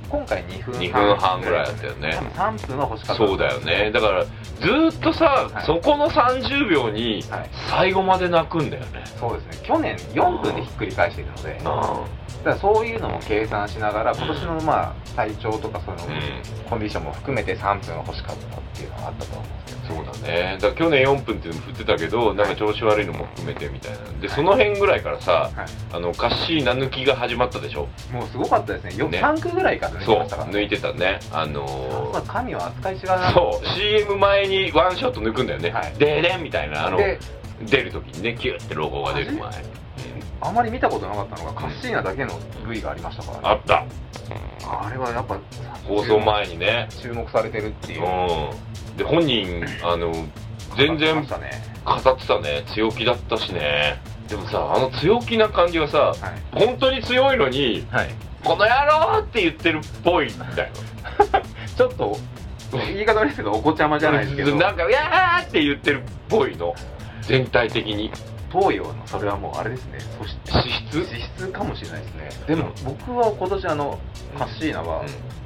Speaker 3: 今回2分
Speaker 2: 2分半ぐらいだったよね
Speaker 3: 多分3分は欲しかった
Speaker 2: そうだよねだからずーっとさ、
Speaker 3: はい
Speaker 2: そこの30秒に
Speaker 3: はい
Speaker 2: 最後まで泣くんだよね、
Speaker 3: そうですね去年4分でひっくり返しているのでだか
Speaker 2: あ
Speaker 3: らそういうのも計算しながら今年のまあ体調とかその
Speaker 2: あうん
Speaker 3: コンディションも含めて3分は欲しかったっていうのはあったと思うんですけど
Speaker 2: そうだねだから去年4分っていうのも振ってたけどなんか調子悪いのも含めてみたいなでその辺ぐらいからさ
Speaker 3: はい
Speaker 2: あのカッシーナ抜きが始まったでしょ
Speaker 3: もうすごかったですねよ
Speaker 2: ね
Speaker 3: 3区ぐらいから抜い
Speaker 2: そう
Speaker 3: てましたから
Speaker 2: 抜いてたねあ
Speaker 3: そう
Speaker 2: の
Speaker 3: だ
Speaker 2: ー
Speaker 3: 神は扱い違うな
Speaker 2: そう CM 前にワンショット抜くんだよね、
Speaker 3: はい
Speaker 2: ででんみたいなあの
Speaker 3: で
Speaker 2: 出る時にねキュッてロゴが出る前
Speaker 3: あまり見たことなかったのがカッシーナだけの V がありましたから、ね、
Speaker 2: あった
Speaker 3: あれはやっぱ
Speaker 2: 放送前にね
Speaker 3: 注目されてるっていう
Speaker 2: うんで本人あの全
Speaker 3: ま
Speaker 2: 然
Speaker 3: したね
Speaker 2: 語ってたね強気だったしねでもさあの強気な感じがさ
Speaker 3: はい
Speaker 2: 本当に強いのに
Speaker 3: はい
Speaker 2: この野郎って言ってるっぽいみたい
Speaker 3: ちょっと言い方悪いですけどお子ちゃまじゃないですけど
Speaker 2: ななんか「うやー!」って言ってるっぽいの全体的に
Speaker 3: 東洋のそれはもうあれですね素質
Speaker 2: 資質
Speaker 3: 資質かもしれないですねでも僕は今年あのカッシーナは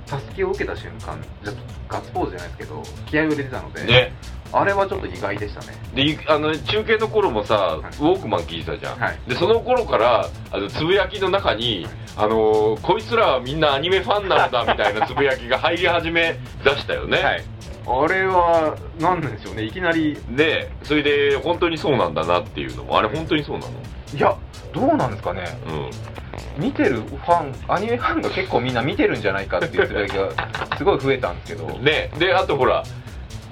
Speaker 3: タスキを受けた瞬間ちょっとガッツポーズじゃないですけど気合を入れてたので、
Speaker 2: ね
Speaker 3: あれはちょっと意外でしたね
Speaker 2: でいあの中継の頃もさ、ウ
Speaker 3: い
Speaker 2: ォークマン聞いてたじゃん、
Speaker 3: はい
Speaker 2: でその頃からあのつぶやきの中に、あのーこいつらはみんなアニメファンなのだみたいなつぶやきが入り始めだしたよね、
Speaker 3: あれは何なんでしょうねいきなり
Speaker 2: でそれで本当にそうなんだなっていうのもあれ本当にそうなの
Speaker 3: いやどうなんですかね
Speaker 2: うん
Speaker 3: 見てるファンアニメファンが結構みんな見てるんじゃないかっていうつぶやき がすごい増えたんですけど
Speaker 2: ねであとほら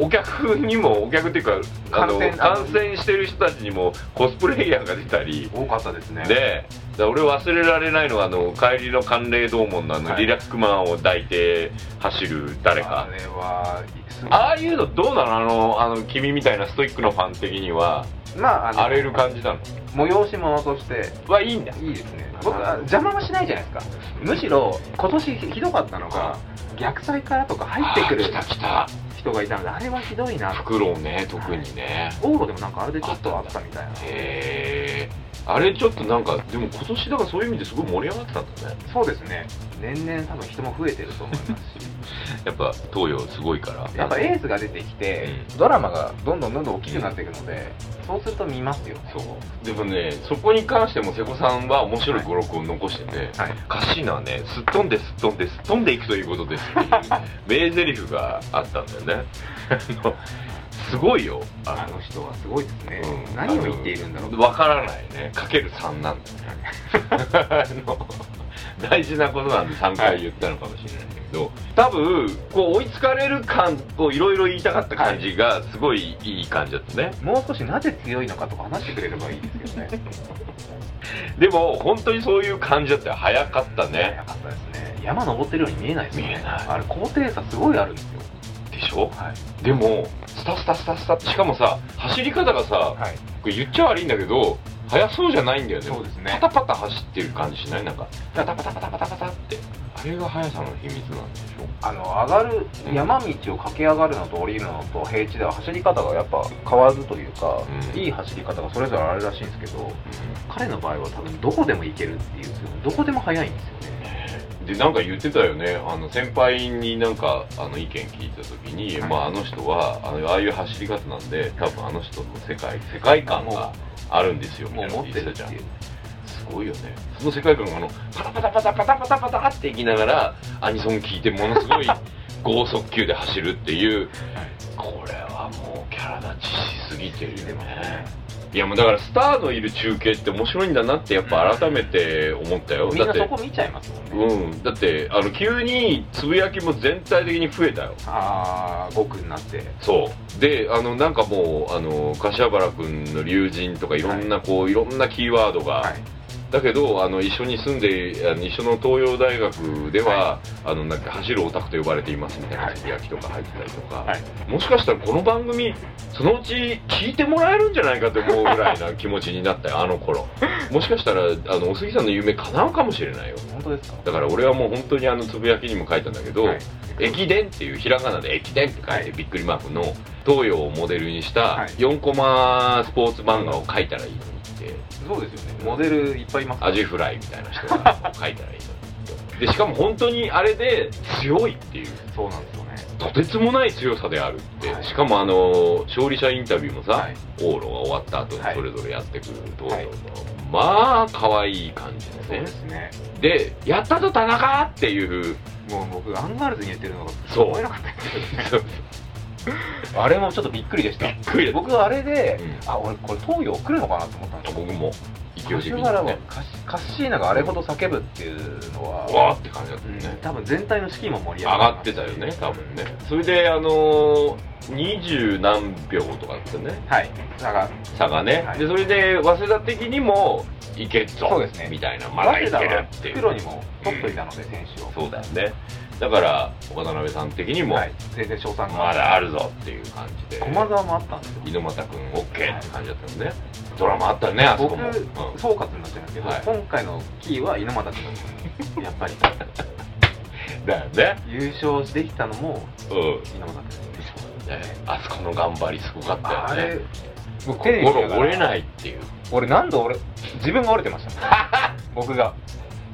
Speaker 2: お客にもお客っていうかあの
Speaker 3: 感染
Speaker 2: 感染してる人たちにもコスプレイヤーが出たり
Speaker 3: 多かったですね
Speaker 2: でだから俺忘れられないのはあの帰りの寒冷道門のあの
Speaker 3: はい
Speaker 2: リラックマンを抱いて走る誰
Speaker 3: あ
Speaker 2: か
Speaker 3: れはすごい
Speaker 2: ああいうのどうなのあのあの君みたいなストイックのファン的には
Speaker 3: まああの
Speaker 2: 荒れる感じなの
Speaker 3: 催し物として
Speaker 2: はいいんだ
Speaker 3: いいですね僕は邪魔はしないじゃないですかむしろ今年ひどかったのが逆サイからとか入ってくる
Speaker 2: あー来た来た
Speaker 3: 人がいたのであれはひどいな
Speaker 2: フクロウね特にね
Speaker 3: 往路でもなんかあれでちょっとあったみたいな
Speaker 2: へえあれちょっとなんかでも今年だからそういう意味ですごい盛り上がってたんだね
Speaker 3: そうですね年々多分人も増えてると思いますし
Speaker 2: やっぱ東洋すごいから
Speaker 3: やっぱエースが出てきて
Speaker 2: う
Speaker 3: ドラマがどんどんどんどん大きくなっていくのでそうすると見ますよね
Speaker 2: そうでもねそこに関しても瀬古さんは面白い語録を残してて、
Speaker 3: はい
Speaker 2: カシーナはねすっ飛んですっ飛んですっ飛んでいくということですって いう名台詞があったんだよね あのすごいよ
Speaker 3: あ
Speaker 2: あ
Speaker 3: の人はすごいですね
Speaker 2: うん
Speaker 3: 何を言っているんだろう
Speaker 2: わからないねかける3なんだよね あの大事なことなんで3回言ったのかもしれないんだけど、多分こう追いつかれる感をいろいろ言いたかった感じがすごいいい感じだったね、
Speaker 3: もう少しなぜ強いのかとか話してくれればいいですけどね
Speaker 2: でも本当にそういう感じだったよ早かったね
Speaker 3: 早かったですね山登ってるように見えないですよね
Speaker 2: 見えない
Speaker 3: あれ高低差すごいあるんですよ
Speaker 2: でしょ
Speaker 3: はい
Speaker 2: でもスタスタスタスタしかもさ走り方がさ
Speaker 3: はい
Speaker 2: これ言っちゃ悪いんだけど速そうじゃないんだよね
Speaker 3: そうですね
Speaker 2: パタパタ走ってる感じしないなんかパタパタパタパタパタってあれが速さの秘密なんでしょ
Speaker 3: あの上がる山道を駆け上がるのと降りるのと平地では走り方がやっぱ変わるというか、
Speaker 2: うん
Speaker 3: いい走り方がそれぞれあるらしいんですけど彼の場合は多分どこでも行けるっていうんですよどこでも速いんですよね
Speaker 2: でなんか言ってたよねあの先輩になんかあの意見聞いた時に、
Speaker 3: はい
Speaker 2: まあ、あの人はあのああいう走り方なんで多分あの人の世界世界観があるんですよみ
Speaker 3: も
Speaker 2: たいうなこ
Speaker 3: 持
Speaker 2: と言
Speaker 3: って
Speaker 2: ってた
Speaker 3: るって
Speaker 2: じゃん
Speaker 3: いう
Speaker 2: すごいよねその世界観があのパタパタパタパタパタパタっていきながらアニソン聞いてものすごい剛速球で走るっていうこれはもうキャラ立ちしすぎてるよ
Speaker 3: でも
Speaker 2: ね
Speaker 3: ね
Speaker 2: いやもうだからスターのいる中継って面白いんだなってやっぱ改めて思ったよ、
Speaker 3: みん
Speaker 2: だっ
Speaker 3: な
Speaker 2: て
Speaker 3: そこ見ちゃいますもんね、
Speaker 2: うんだってあの急につぶやきも全体的に増えたよ
Speaker 3: ああ極になって
Speaker 2: そうであのなんかもうあの柏原君の龍神とかいろんなこう、い、ろんなキーワードが、
Speaker 3: はい
Speaker 2: だけどあの一緒に住んであの一緒の東洋大学では、あのなんか走るオタクと呼ばれていますみたい
Speaker 3: は
Speaker 2: ないつぶやきとか入ってたりとか、
Speaker 3: はい
Speaker 2: もしかしたらこの番組そのうち聞いてもらえるんじゃないかと思うぐらいな気持ちになった よあの頃もしかしたらあのお杉さんの夢叶うかもしれないよ
Speaker 3: 本当ですか
Speaker 2: だから俺はもう本当にあのつぶやきにも書いたんだけど、
Speaker 3: はい
Speaker 2: 駅伝っていうひらがなで駅伝って書いてびっくりマークの東洋をモデルにした
Speaker 3: はい
Speaker 2: 4コマスポーツ漫画を書いたらいいのにって
Speaker 3: そうですよねモデルいっぱいいます
Speaker 2: アジフライみたいな人が書いたらいいのにでしかも本当にあれで強いっていう
Speaker 3: そうなんですよね
Speaker 2: とてつもない強さであるって、
Speaker 3: はい
Speaker 2: しかもあの勝利者インタビューもさ、
Speaker 3: はい
Speaker 2: 往路が終わった後に
Speaker 3: はい
Speaker 2: それぞれやってくる東洋の、
Speaker 3: はい
Speaker 2: まあ可愛い感じです
Speaker 3: そう
Speaker 2: ね
Speaker 3: ですね
Speaker 2: で「やったぞ田中!」って いう
Speaker 3: もう僕アンガールズに言ってるのが
Speaker 2: そう
Speaker 3: 思えなかったですよねあれもちょっとびっくりでした
Speaker 2: クイズ
Speaker 3: 僕はあれで、
Speaker 2: う
Speaker 3: あ俺これ東洋来るのかなと思ったんですよ
Speaker 2: 僕も勢い的に、ね、
Speaker 3: 柏原はカシカッシーナがあれほど叫ぶっていうのは
Speaker 2: わーって感じだった
Speaker 3: う
Speaker 2: よ
Speaker 3: ん
Speaker 2: ね、
Speaker 3: 多分全体の士気も盛り
Speaker 2: 上
Speaker 3: 上が
Speaker 2: がってたよね多分ねそれであのー、20何秒とかだってね
Speaker 3: はいだから
Speaker 2: 差がね、
Speaker 3: はい
Speaker 2: でそれで早稲田的にもいけっぞ
Speaker 3: そうですね
Speaker 2: みたいなまだ
Speaker 3: 早
Speaker 2: い
Speaker 3: 稲
Speaker 2: け
Speaker 3: 田
Speaker 2: る
Speaker 3: は
Speaker 2: っていう
Speaker 3: 黒にも取っといたので選手を
Speaker 2: そうだよねだから岡田辺さん的にも、
Speaker 3: はい全然賞賛が
Speaker 2: まだあるぞっていう感じで
Speaker 3: 駒沢もあったんですよ
Speaker 2: 猪俣君 OK って感じだったのねドラマあったねあそこ
Speaker 3: 僕
Speaker 2: も、うん
Speaker 3: 総括になっちゃうんですけど、
Speaker 2: はい
Speaker 3: 今回のキーは猪俣君なんですよやっぱり
Speaker 2: だよね
Speaker 3: 優勝できたのも
Speaker 2: うん
Speaker 3: 猪俣君
Speaker 2: ねあそこの頑張りすごかった
Speaker 3: あ
Speaker 2: よね
Speaker 3: れ僕テレビ見
Speaker 2: 心
Speaker 3: ながら
Speaker 2: 折れないっていう
Speaker 3: 俺何度俺自分が折れてました 僕が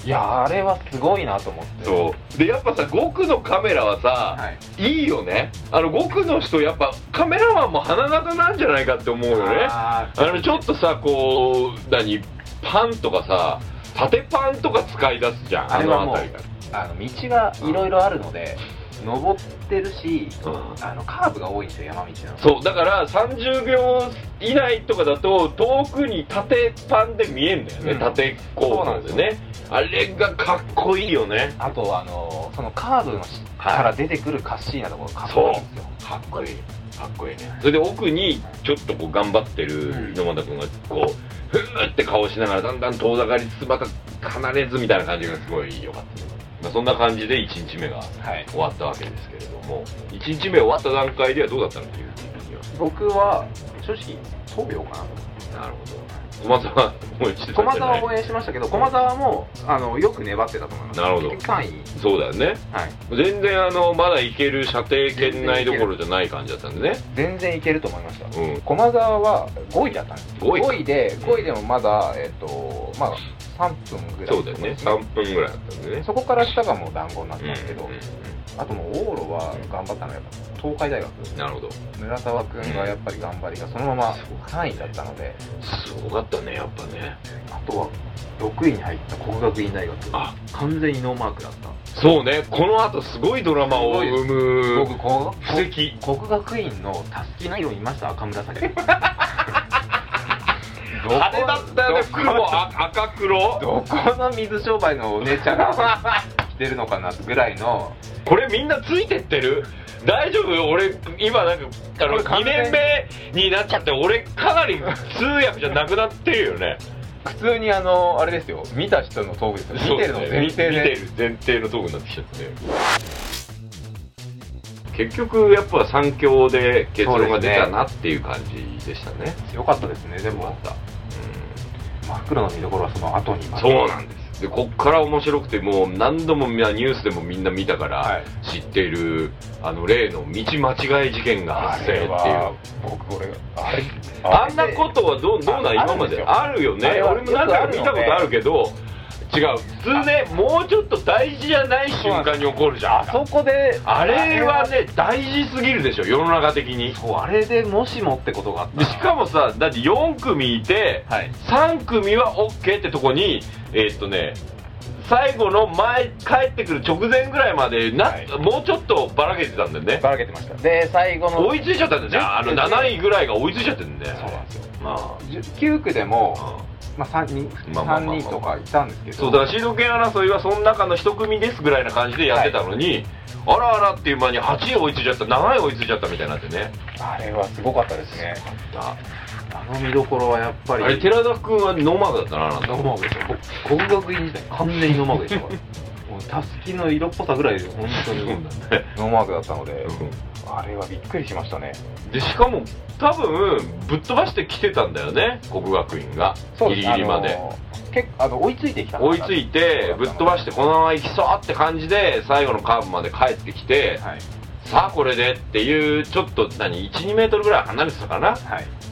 Speaker 3: いやあれはすごいなと思って
Speaker 2: そうでやっぱさ5区のカメラはさ、
Speaker 3: はい
Speaker 2: い、いよねあの5区の人やっぱカメラマンも花形なんじゃないかって思うよねあ
Speaker 3: あ
Speaker 2: のちょっとさこう何パンとかさ縦パンとか使い出すじゃん
Speaker 3: あれはもう
Speaker 2: の辺りが
Speaker 3: ーあの道がいろいろあるので登ってるし、
Speaker 2: うん
Speaker 3: あのカーブが多いんですよ山道なの
Speaker 2: そうだから30秒以内とかだと遠くに縦パンで見えんだよね、
Speaker 3: うん
Speaker 2: 縦構造でねあれがかっこいいよね
Speaker 3: あとあのそのカーブのし、
Speaker 2: はい
Speaker 3: から出てくるカッシーナとかかっこいいんですよ
Speaker 2: かっこいいかっこいいねそれで奥にちょっとこう頑張ってる猪俣君がこうふーって顔しながらだんだん遠ざかりつつまた離れずみたいな感じがすごい良かったねまあそんな感じで1日目が
Speaker 3: はい
Speaker 2: 終わったわけですけれども1日目終わった段階ではどうだったのっていう気には
Speaker 3: 僕は正直東洋かなと思って
Speaker 2: なるほど駒沢応援してたん
Speaker 3: 駒
Speaker 2: じゃな
Speaker 3: 沢
Speaker 2: い
Speaker 3: を応援しましたけど駒沢もあのよく粘ってたと思います
Speaker 2: なるほど
Speaker 3: 結局3位
Speaker 2: そうだよね
Speaker 3: はい
Speaker 2: 全然あのまだ行ける射程圏内どころじゃない感じだったんでね
Speaker 3: 全然いけると思いました
Speaker 2: うん
Speaker 3: 駒沢は5位だったんです
Speaker 2: 5位か
Speaker 3: 5位で5位でもまだえっ、とまあ3分ぐらい
Speaker 2: そうだよね3分ぐらいだったんでね
Speaker 3: そこから下がもう団子になったんですけど、
Speaker 2: うんうんう
Speaker 3: あともう往路は頑張ったのはやっぱ東海大学
Speaker 2: んなるほど
Speaker 3: 村沢君がやっぱり頑張りがそのまま3位だったのです
Speaker 2: ごかったねやっぱね
Speaker 3: あとは6位に入った國學院大学
Speaker 2: あ
Speaker 3: 完全にノーマークだった
Speaker 2: そうねこのあとすごいドラマを生む
Speaker 3: 僕こう
Speaker 2: 布石
Speaker 3: 国学院のたすき内容見ました 赤紫ど
Speaker 2: あ
Speaker 3: こ
Speaker 2: れだったよね
Speaker 3: どこ
Speaker 2: 黒もあ赤黒
Speaker 3: どこの水商売のお姉ちゃ んが来てるのかなぐらいの
Speaker 2: これみんなついてってる大丈夫俺今なんかあの
Speaker 3: これ完
Speaker 2: 2
Speaker 3: 全
Speaker 2: 年目になっちゃって俺かなり通訳じゃなくなってるよね
Speaker 3: 普通にあのあれですよ見た人のトークですよ見てるの
Speaker 2: そう
Speaker 3: 前提
Speaker 2: 見見て
Speaker 3: で
Speaker 2: る前提のトークになってきちゃって結局やっぱ三強で結論が出たなっていう感じでしたね
Speaker 3: よかったですねでも
Speaker 2: た、
Speaker 3: 真っ黒の見どころはその後にまた
Speaker 2: そうなんですでこっから面白くてもう何度もみんなニュースでもみんな見たから、
Speaker 3: はい
Speaker 2: 知っているあの例の道間違い事件が
Speaker 3: あ
Speaker 2: 発生ってい
Speaker 3: れ
Speaker 2: う
Speaker 3: は僕俺あれ
Speaker 2: あんなことはどうどうなん
Speaker 3: あ
Speaker 2: 今ま
Speaker 3: あるんです
Speaker 2: で
Speaker 3: よ
Speaker 2: あるよね
Speaker 3: あれは
Speaker 2: 俺もなんか見たことあるけど違う普通ねもうちょっと大事じゃない瞬間に起こるじゃん
Speaker 3: あそこで
Speaker 2: あれはね大事すぎるでしょ世の中的に
Speaker 3: そうあれでもしもってことがあった
Speaker 2: で
Speaker 3: ら
Speaker 2: しかもさだって4組いて
Speaker 3: はい
Speaker 2: 3組は OK ってとこにえーっとね最後の前帰ってくる直前ぐらいまでな、
Speaker 3: はい
Speaker 2: もうちょっとばらけてたんだよね
Speaker 3: ばらけてましたそう
Speaker 1: で最後の
Speaker 2: 追いついちゃったんだよねあの7位ぐらいが追いついちゃってるんだよね
Speaker 3: なんですよ
Speaker 2: あ
Speaker 3: 9区でも、
Speaker 2: あ
Speaker 3: まあ、3人
Speaker 2: まあまあまあまあ
Speaker 3: 3人とかいたんですけど
Speaker 2: そうだからシード権争いはその中の一組ですぐらいな感じでやってたのに、あらあらっていう間に8位追いついちゃった7位追いついちゃったみたいになってね
Speaker 3: あれはすごかったですね
Speaker 2: あ
Speaker 3: あの見どころはやっぱり
Speaker 2: れ寺田君はノーマークだったなあなた
Speaker 4: ノーマークでしょこ音楽院時代完全にノーマークで しょもうたすきの色っぽさぐらいで本当に
Speaker 3: ノーマークだったので、
Speaker 2: う
Speaker 3: あれはびっくりしましたね
Speaker 2: んでしかも多分ぶっ飛ばしてきてたんだよね国学院がギリギリまで、
Speaker 3: あのー結構あの追いついてきた
Speaker 2: 追いついてぶっ飛ばしててこのまま行きそうって感じで最後のカーブまで帰ってきて、
Speaker 3: はい
Speaker 2: さあこれでっていうちょっと何12メートルぐらい離れてたかな
Speaker 3: はい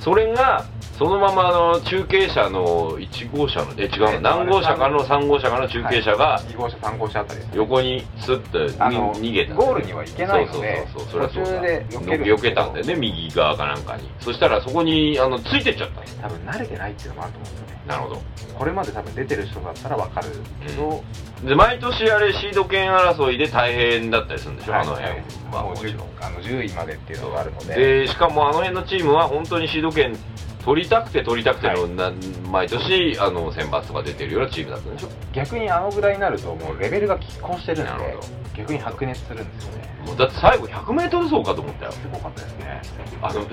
Speaker 2: それがそのままあの中継車の1号車のえ違うな何号車かの3号車かの中継車が
Speaker 3: 2号車3号車あたりですね
Speaker 2: 横にスッとに
Speaker 3: あの
Speaker 2: 逃げた
Speaker 3: ゴールには行けないので
Speaker 2: そうそうそうそうそり
Speaker 3: 途
Speaker 2: ゃそう
Speaker 3: 中
Speaker 2: だ
Speaker 3: で避ける
Speaker 2: 避けたんだ
Speaker 3: で
Speaker 2: よね右側かなんかにそしたらそこにあのついてっちゃったんです
Speaker 3: 多分慣れてないっていうのもあると思うんですよね
Speaker 2: なるほど
Speaker 3: これまで多分出てる人だったらわかるけど、
Speaker 2: で毎年あれシード権争いで大変だったりするんでしょ、
Speaker 3: はい
Speaker 2: あの辺
Speaker 3: はい
Speaker 2: まあ
Speaker 3: もう
Speaker 2: もちろん
Speaker 3: 10あの10位までっていうのがあるので
Speaker 2: でしかもあの辺のチームは本当にシード権取りたくて取りたくての、
Speaker 3: は
Speaker 2: な毎年あの選抜とか出てるようなチームだったんでしょ
Speaker 3: 逆にあのぐらいになるともうレベルが拮抗してるんで
Speaker 2: なるほど
Speaker 3: 逆に白熱するんですよね
Speaker 2: もうだって最後 100m 走かと思ったよ
Speaker 3: すごかったですね
Speaker 2: あの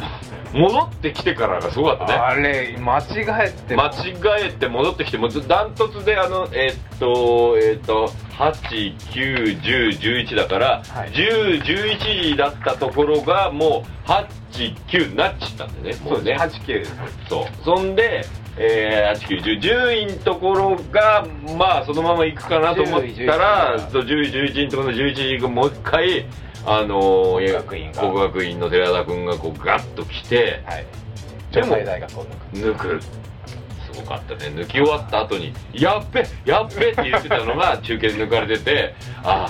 Speaker 2: 戻ってきてからがすごかったね
Speaker 3: あれ間違えても
Speaker 2: 間違えて戻ってきてもうダントツであのえっとえっと891011だから、
Speaker 3: はい
Speaker 2: 1011だったところがもう89になっちゃったんだよね
Speaker 3: そ
Speaker 2: も
Speaker 3: う
Speaker 2: う
Speaker 3: で
Speaker 2: ね
Speaker 3: すね89です
Speaker 2: そうそんで、えー、8、9、10、10位のところが、まあ、そのまま行くかなと思ったら、
Speaker 3: 10
Speaker 2: 10位、11位のところの11位がもう一回、あのー、
Speaker 3: 国学院が
Speaker 2: 国学院の寺田君がこうガッと来て、
Speaker 3: はい
Speaker 2: でも
Speaker 3: 城西大学を抜く
Speaker 2: 抜く。すごかったね。抜き終わった後に、やっべやっべって言ってたの が中継で抜かれてて、ああ、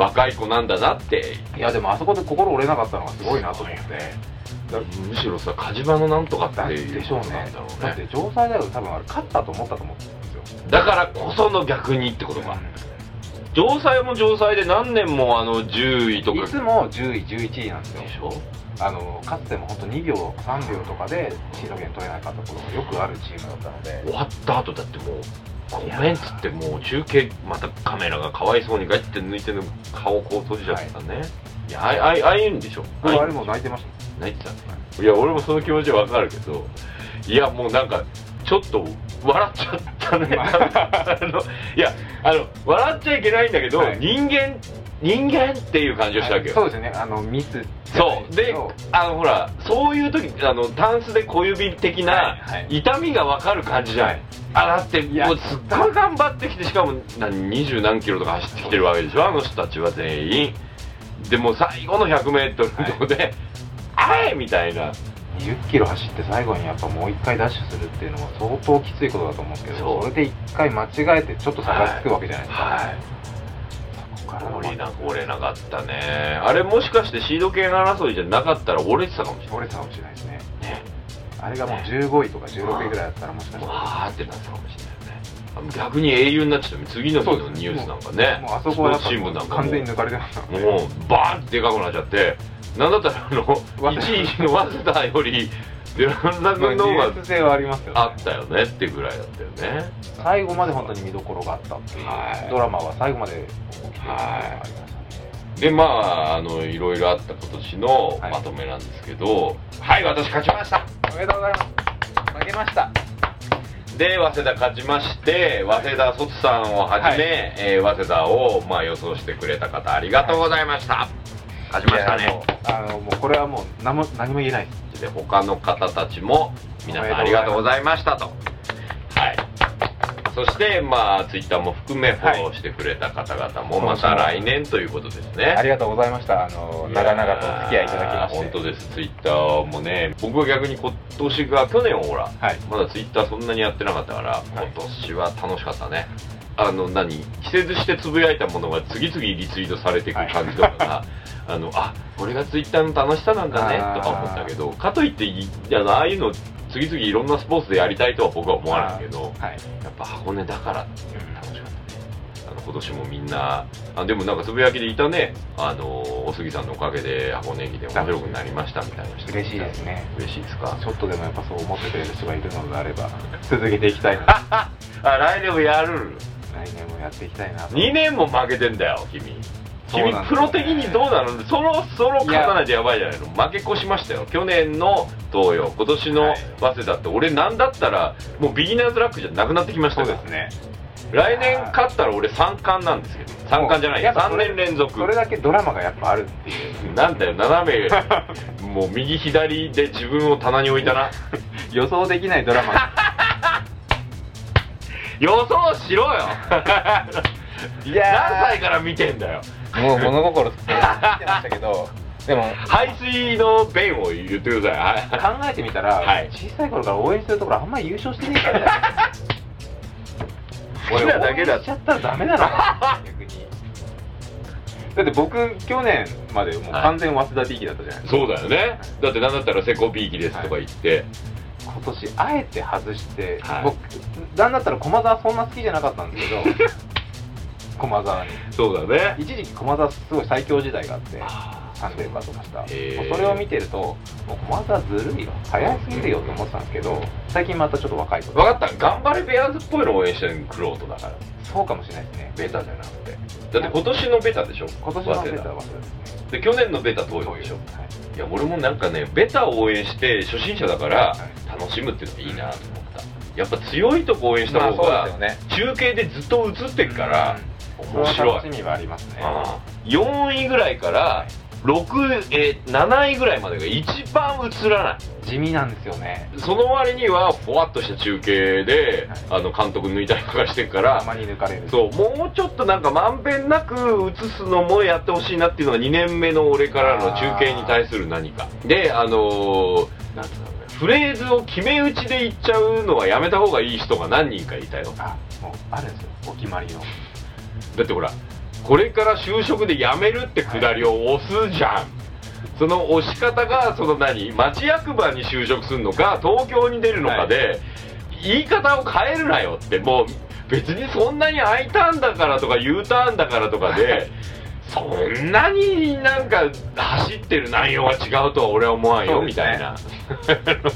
Speaker 2: 若い子なんだなって。
Speaker 3: いやでもあそこで心折れなかったのがすごいなと思って
Speaker 2: むしろさ、火事場のなんとか
Speaker 3: だ
Speaker 2: っ
Speaker 3: ってて
Speaker 2: いう
Speaker 3: でしょう
Speaker 2: ことな
Speaker 3: ね
Speaker 2: んだろう
Speaker 3: だって
Speaker 2: ね。
Speaker 3: 城西大学多分あれ勝ったと思ったと思ってたんですよ
Speaker 2: だからこその逆にってことか。城西も城西で何年もあの10位とか
Speaker 3: いつも10位11位なんですよ
Speaker 2: でしょ
Speaker 3: あのかつても本当2秒3秒とかでシード権取れなかったところがよくあるチームだったので
Speaker 2: 終わった後だってもうごめんっつってもう中継またカメラがかわいそうにガッて抜いてる顔をこう閉じちゃってたね、い、やあいあいああいうんでしょ
Speaker 3: 僕あ
Speaker 2: あ
Speaker 3: れも泣いてました
Speaker 2: い泣いてたねいや俺もその気持ちはわかるけどいやもうなんかちょっと笑っちゃったねあのいやあの笑っちゃいけないんだけど、
Speaker 3: はい
Speaker 2: 人間人間っていう感じがしたわけよ、
Speaker 3: そうですねあのミス
Speaker 2: そうで
Speaker 3: は
Speaker 2: あのほらそういう時あのタンスで小指的
Speaker 3: はい
Speaker 2: な
Speaker 3: はい
Speaker 2: 痛みが分かる感じじゃん、
Speaker 3: はい
Speaker 2: あだって
Speaker 3: いや
Speaker 2: もうすっごい頑張ってきてしかも何二十何キロとか走ってきてるわけでしょあの人たちは全員でもう最後の 100m のとこで、あえみたいな
Speaker 3: 20キロ走って最後にやっぱもう1回ダッシュするっていうのも相当きついことだと思うんですけど
Speaker 2: そう
Speaker 3: それで1回間違えてちょっと差がつくわけじゃないですか、
Speaker 2: はい
Speaker 3: そこからの
Speaker 2: 折れな折れなかったねあれもしかしてシード権争いじゃなかったら折れてたかもしれない
Speaker 3: 折れてたかもしれないですね
Speaker 2: ね
Speaker 3: あれがもう15位とか16位ぐらいだったらもしかしたら
Speaker 2: わーってなってたかもしれないねあの逆に英雄になっちゃった次の日のニュースなんかね
Speaker 3: もうあそこはやっ
Speaker 2: ス
Speaker 3: ぱ
Speaker 2: ポーツ新聞なんかも
Speaker 3: 完全に抜かれてましたので
Speaker 2: もうバーンってでかくなっちゃってなんだったらあの
Speaker 3: わ
Speaker 2: 1位の早稲田よりデランダ
Speaker 3: ま
Speaker 2: 君
Speaker 3: あ
Speaker 2: の方
Speaker 3: 二
Speaker 2: が
Speaker 3: 列性はありますよね
Speaker 2: あったよねってぐらいだったよね
Speaker 3: 最後まで本当に見どころがあったっていう、
Speaker 2: はい
Speaker 3: ドラマは最後まで起きてるっていうのがありましたね、
Speaker 2: でまああのいろいろあった今年の
Speaker 3: はい
Speaker 2: まとめなんですけどはい、私勝ちました
Speaker 3: おめでとうございます負けました
Speaker 2: で早稲田勝ちまして早稲田卒さんをはじめ、えー早稲田を、まあ、予想してくれた方ありがとうございました、勝ちました
Speaker 3: いやも
Speaker 2: ね
Speaker 3: うあのもうこれはもう何も何も言えないです
Speaker 2: で他の方たちも皆さんありがとうございましたとはいそしてまあツイッターも含めフォローしてくれた方々もまた来年ということですね、
Speaker 3: ありがとうございましたあの長々とお付き合いいただきまして
Speaker 2: やー本当ですツイッターもね僕は逆に今年が去年はほら
Speaker 3: はい
Speaker 2: まだツイッターそんなにやってなかったから
Speaker 3: はい
Speaker 2: 今年は楽しかったねあの何季節してつぶやいたものが次々リツイートされていく感じとかが、 あのあこれがツイッターの楽しさなんだね
Speaker 3: あー
Speaker 2: とか思ったけどかといっていあのああいうの次々いろんなスポーツでやりたいとは僕は思わないけど
Speaker 3: はい
Speaker 2: やっぱ箱根だからっていう楽しかっあの今年もみんなあでもなんかつぶやきでいたねあのお杉さんのおかげで箱根駅で面白くなりましたみたいな人
Speaker 3: 嬉しいですね
Speaker 2: 嬉しいですか
Speaker 3: ちょっとでもやっぱそう思ってくれる人がいるのであれば続けていきたいな
Speaker 2: あ来年もやる
Speaker 3: 来年もやっていきたいなと
Speaker 2: 2年も負けてんだよ君
Speaker 3: そう
Speaker 2: 君
Speaker 3: なんだよね
Speaker 2: プロ的にどうなのそろそろ勝たないとやばいじゃないの負け越しましたよ去年の東洋今年
Speaker 3: は
Speaker 2: の
Speaker 3: い
Speaker 2: 早稲田って俺なんだったらもうビギナーズラックじゃなくなってきまし
Speaker 3: そ
Speaker 2: た
Speaker 3: う
Speaker 2: か
Speaker 3: で
Speaker 2: ら
Speaker 3: すね
Speaker 2: 来年勝ったら俺3冠なんですけど3冠じゃない
Speaker 3: やっぱ
Speaker 2: 3
Speaker 3: それ
Speaker 2: 年連続
Speaker 3: それだけドラマがやっぱあるっていう
Speaker 2: なんだよ 斜めもう右左で自分を棚に置い たな
Speaker 3: 予想できないドラマ が
Speaker 2: 予想し ろよ
Speaker 3: い
Speaker 2: 何歳から見てんだよ
Speaker 3: もう物心つってやってましたけどでも
Speaker 2: 排水の弁を言ってください
Speaker 3: 考
Speaker 2: は
Speaker 3: えてみたら、
Speaker 2: はい
Speaker 3: 小さい頃から応援してるところあんまり優勝してねえ からだ
Speaker 2: 好きなだけだ
Speaker 3: 応援しちゃったら ダメだな逆にだって僕去年までもう完全早稲田 B 期だったじゃない
Speaker 2: いそうだよねだって何だったらセコピーキですとか言って、
Speaker 3: 今年あえて外して、
Speaker 2: はい
Speaker 3: 僕なんだったら駒沢そんな好きじゃなかったんですけど 駒沢に
Speaker 2: そうだね
Speaker 3: 一時期駒沢すごい最強時代があって3連覇とかしたもう
Speaker 2: へー
Speaker 3: それを見てるともう駒沢ずるいよ早すぎるよと思ってたんですけど最近またちょっと若いこと
Speaker 2: 分かった頑張れベアーズっぽいのを応援してるクロートだから
Speaker 3: そうかもしれないですね
Speaker 2: ベタじゃなくてだって今年のベタでしょ
Speaker 3: 今年のベタ
Speaker 2: 早
Speaker 3: は
Speaker 2: 稲
Speaker 3: 忘れですね
Speaker 2: 田で去年のベタ東洋でしょ
Speaker 3: はい
Speaker 2: いや俺もなんかねベタを応援して初心者だから
Speaker 3: はい
Speaker 2: 楽しむっていうのがいいなと思ったやっぱ強いとこ応援した
Speaker 3: まあ
Speaker 2: 方
Speaker 3: そうです
Speaker 2: が
Speaker 3: よね
Speaker 2: 中継でずっと映ってるから面
Speaker 3: それは
Speaker 2: 白い
Speaker 3: 楽しみはありますね
Speaker 2: 4位ぐらいから6えー7位ぐらいまでが一番映らない
Speaker 3: 地味なんですよね
Speaker 2: その割にはぼわっとした中継であの監督抜いたりとかしてるか
Speaker 3: た
Speaker 2: ら
Speaker 3: まに抜かれる
Speaker 2: そうもうちょっとなんかまんべんなく映すのもやってほしいなっていうのが2年目の俺からの中継に対する何かであのーなんていうのかなフレーズを決め打ちで言っちゃうのはやめた方がいい人が何人かいたよ
Speaker 3: あもうあるんですよお決まりの
Speaker 2: だってほらこれから就職で辞めるってくだりを押すじゃんその押し方がその何町役場に就職するのか東京に出るのかで、言い方を変えるなよってもう別にそんなに I ターンだからとか U ターンだからとか でそんなになんか走ってる内容が違うとは俺は思わんよ、
Speaker 3: そうで
Speaker 2: み
Speaker 3: すね
Speaker 2: たいな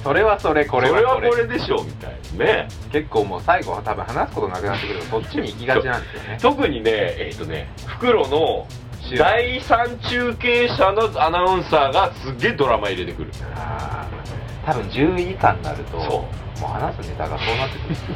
Speaker 3: それはそれこ
Speaker 2: これ
Speaker 3: れ
Speaker 2: は
Speaker 3: はこ
Speaker 2: こ
Speaker 3: れ
Speaker 2: れでしょみたいなね
Speaker 3: 結構もう最後は多分話すことなくなってくるとそっちに行きがちなんですよね
Speaker 2: 特にねえっ、とね袋の
Speaker 3: 知らん
Speaker 2: 第3中継者のアナウンサーがすっげえドラマ入れてくる
Speaker 3: あー多分10位以下になると
Speaker 2: そう
Speaker 3: もう話すネタがそうなってくるんですよ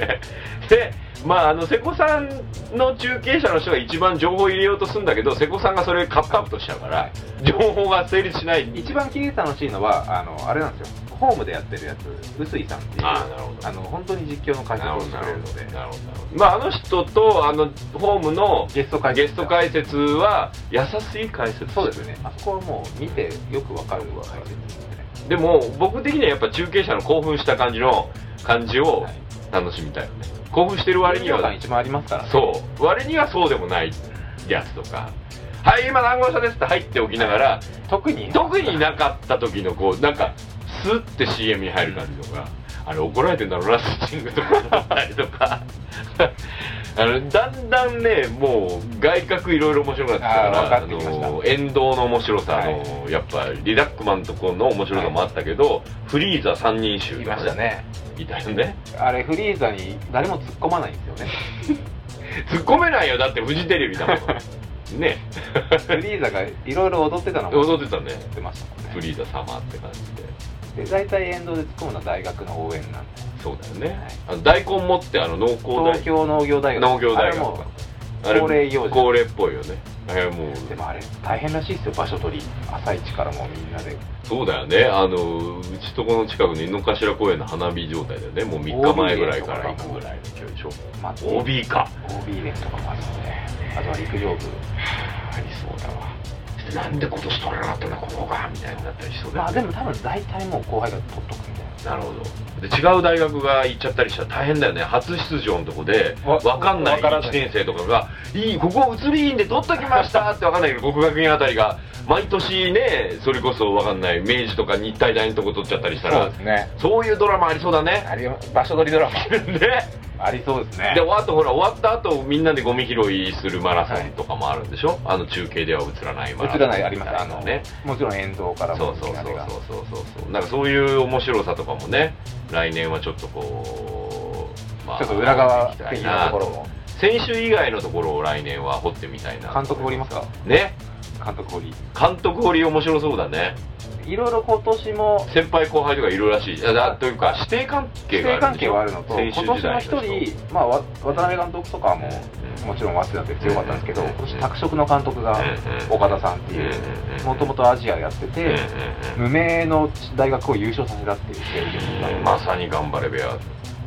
Speaker 3: ね
Speaker 2: ねでまああの瀬古さんの中継者の人が一番情報入れようとするんだけど瀬古さんがそれカットアウトしちゃうから情報が成立しない
Speaker 3: 一番切り楽しいのはあのあれなんですよホームでやってるやつ臼井さんっていう
Speaker 2: あーなるほど
Speaker 3: の本当に実況の解説をしてくれるので
Speaker 2: なるほどまああの人とあのホームの
Speaker 3: ゲスト解説
Speaker 2: ゲスト解説は優しい解説
Speaker 3: そうですねあそこはもう見てよくわかる解説ですね
Speaker 2: でも僕的にはやっぱ中継者の興奮した感じの感じを
Speaker 3: はい
Speaker 2: 楽しみたいよね興奮してる割には
Speaker 3: 一番ありますからね
Speaker 2: そう割にはそうでもないやつとか「はい今何号車です」って入っておきながら
Speaker 3: 特に
Speaker 2: 特になかった時のこうなんかスッて CM に入る感じとかあれ怒られてんだろうなスッチングとかだったりとか あのだんだんねもう外角いろいろ面白くなってきたか
Speaker 3: あー
Speaker 2: ら
Speaker 3: わかってきました
Speaker 2: の沿道の面白さ、あのやっぱリラックマンとこの面白さもあったけど、フリーザ3人衆
Speaker 3: い
Speaker 2: と
Speaker 3: ま
Speaker 2: か
Speaker 3: したね
Speaker 2: いたよね
Speaker 3: あれフリーザに誰も突っ込まないんですよね
Speaker 2: 突っ込めないよだってフジテレビだも んね
Speaker 3: フリーザがいろいろ踊ってたのも
Speaker 2: 踊ってたね
Speaker 3: 踊ってましたもん
Speaker 2: フ
Speaker 3: ね
Speaker 2: リーザ様って感じで
Speaker 3: で大体沿道で突っ込むのは大学の応援なんで
Speaker 2: そうだよね、
Speaker 3: はい
Speaker 2: あの大根持ってあの濃厚大
Speaker 3: 東京農業大学
Speaker 2: 農業大学
Speaker 3: あれも
Speaker 2: あれ
Speaker 3: 恒例行事
Speaker 2: 恒例っぽいよねあれもう
Speaker 3: でもあれ大変らしいですよ場所取り朝一からもうみんなで
Speaker 2: そうだよねあのうちとこの近くの井の頭公園の花火状態だよねもう3日前ぐらいから行くぐらいの距離でしょ
Speaker 3: 待って
Speaker 2: OB か
Speaker 3: OB 連とかもあるのであとは陸上部
Speaker 2: ありそうだわなんで今年取れなかったんだこの子がみたいになったりしそうだよ
Speaker 3: まあ
Speaker 2: ね
Speaker 3: でも多分大体もう後輩が取っとくみたいな
Speaker 2: なるほどで違う大学が行っちゃったりしたら大変だよね初出場のとこで
Speaker 3: わ
Speaker 2: 分かんない
Speaker 3: わからない
Speaker 2: 1年生とかが「いいここ移りいいんで取っときました」って分かんないけど国学院あたりが毎年ねそれこそ分かんない明治とか日体大のとこ取っちゃったりしたら
Speaker 3: すね
Speaker 2: そういうドラマありそうだね
Speaker 3: あれ場所取りドラマ
Speaker 2: ね
Speaker 3: ありそうですね
Speaker 2: で、あとほら、終わった後、みんなでゴミ拾いするマラソンとかもあるんでしょ、あの中継では映らないマラソン。
Speaker 3: 映らないありますあの
Speaker 2: ね。
Speaker 3: もちろん沿道から
Speaker 2: そ
Speaker 3: も
Speaker 2: うそうそうそう
Speaker 3: みんなでが
Speaker 2: そうそうそう。なんかそういう面白さとかもね、来年はちょっとこう、ま
Speaker 3: ちょっと裏側
Speaker 2: 行きたい
Speaker 3: 的
Speaker 2: な
Speaker 3: な
Speaker 2: と
Speaker 3: ところも
Speaker 2: 選手以外のところを来年は掘ってみたいな。
Speaker 3: 監督おりますか
Speaker 2: ね。
Speaker 3: 監督おり
Speaker 2: 監督掘り面白そうだね。
Speaker 3: いろいろ今年も
Speaker 2: 先輩後輩とかいるらしい。あだというか、指定関係
Speaker 3: 指
Speaker 2: がある
Speaker 3: 定関係はあるのと今
Speaker 2: 選
Speaker 3: 年
Speaker 2: 手時
Speaker 3: の
Speaker 2: 代の
Speaker 3: 一人、まあ、わ渡辺監督とかももちろん早稲田で強かったんですけど
Speaker 2: うん
Speaker 3: 今年拓殖の監督が岡田さんっていうもともとアジアやって
Speaker 2: うんうん
Speaker 3: て
Speaker 2: うん
Speaker 3: 無名の大学を優勝させたっていう経験がある
Speaker 2: まさに頑張れ部屋。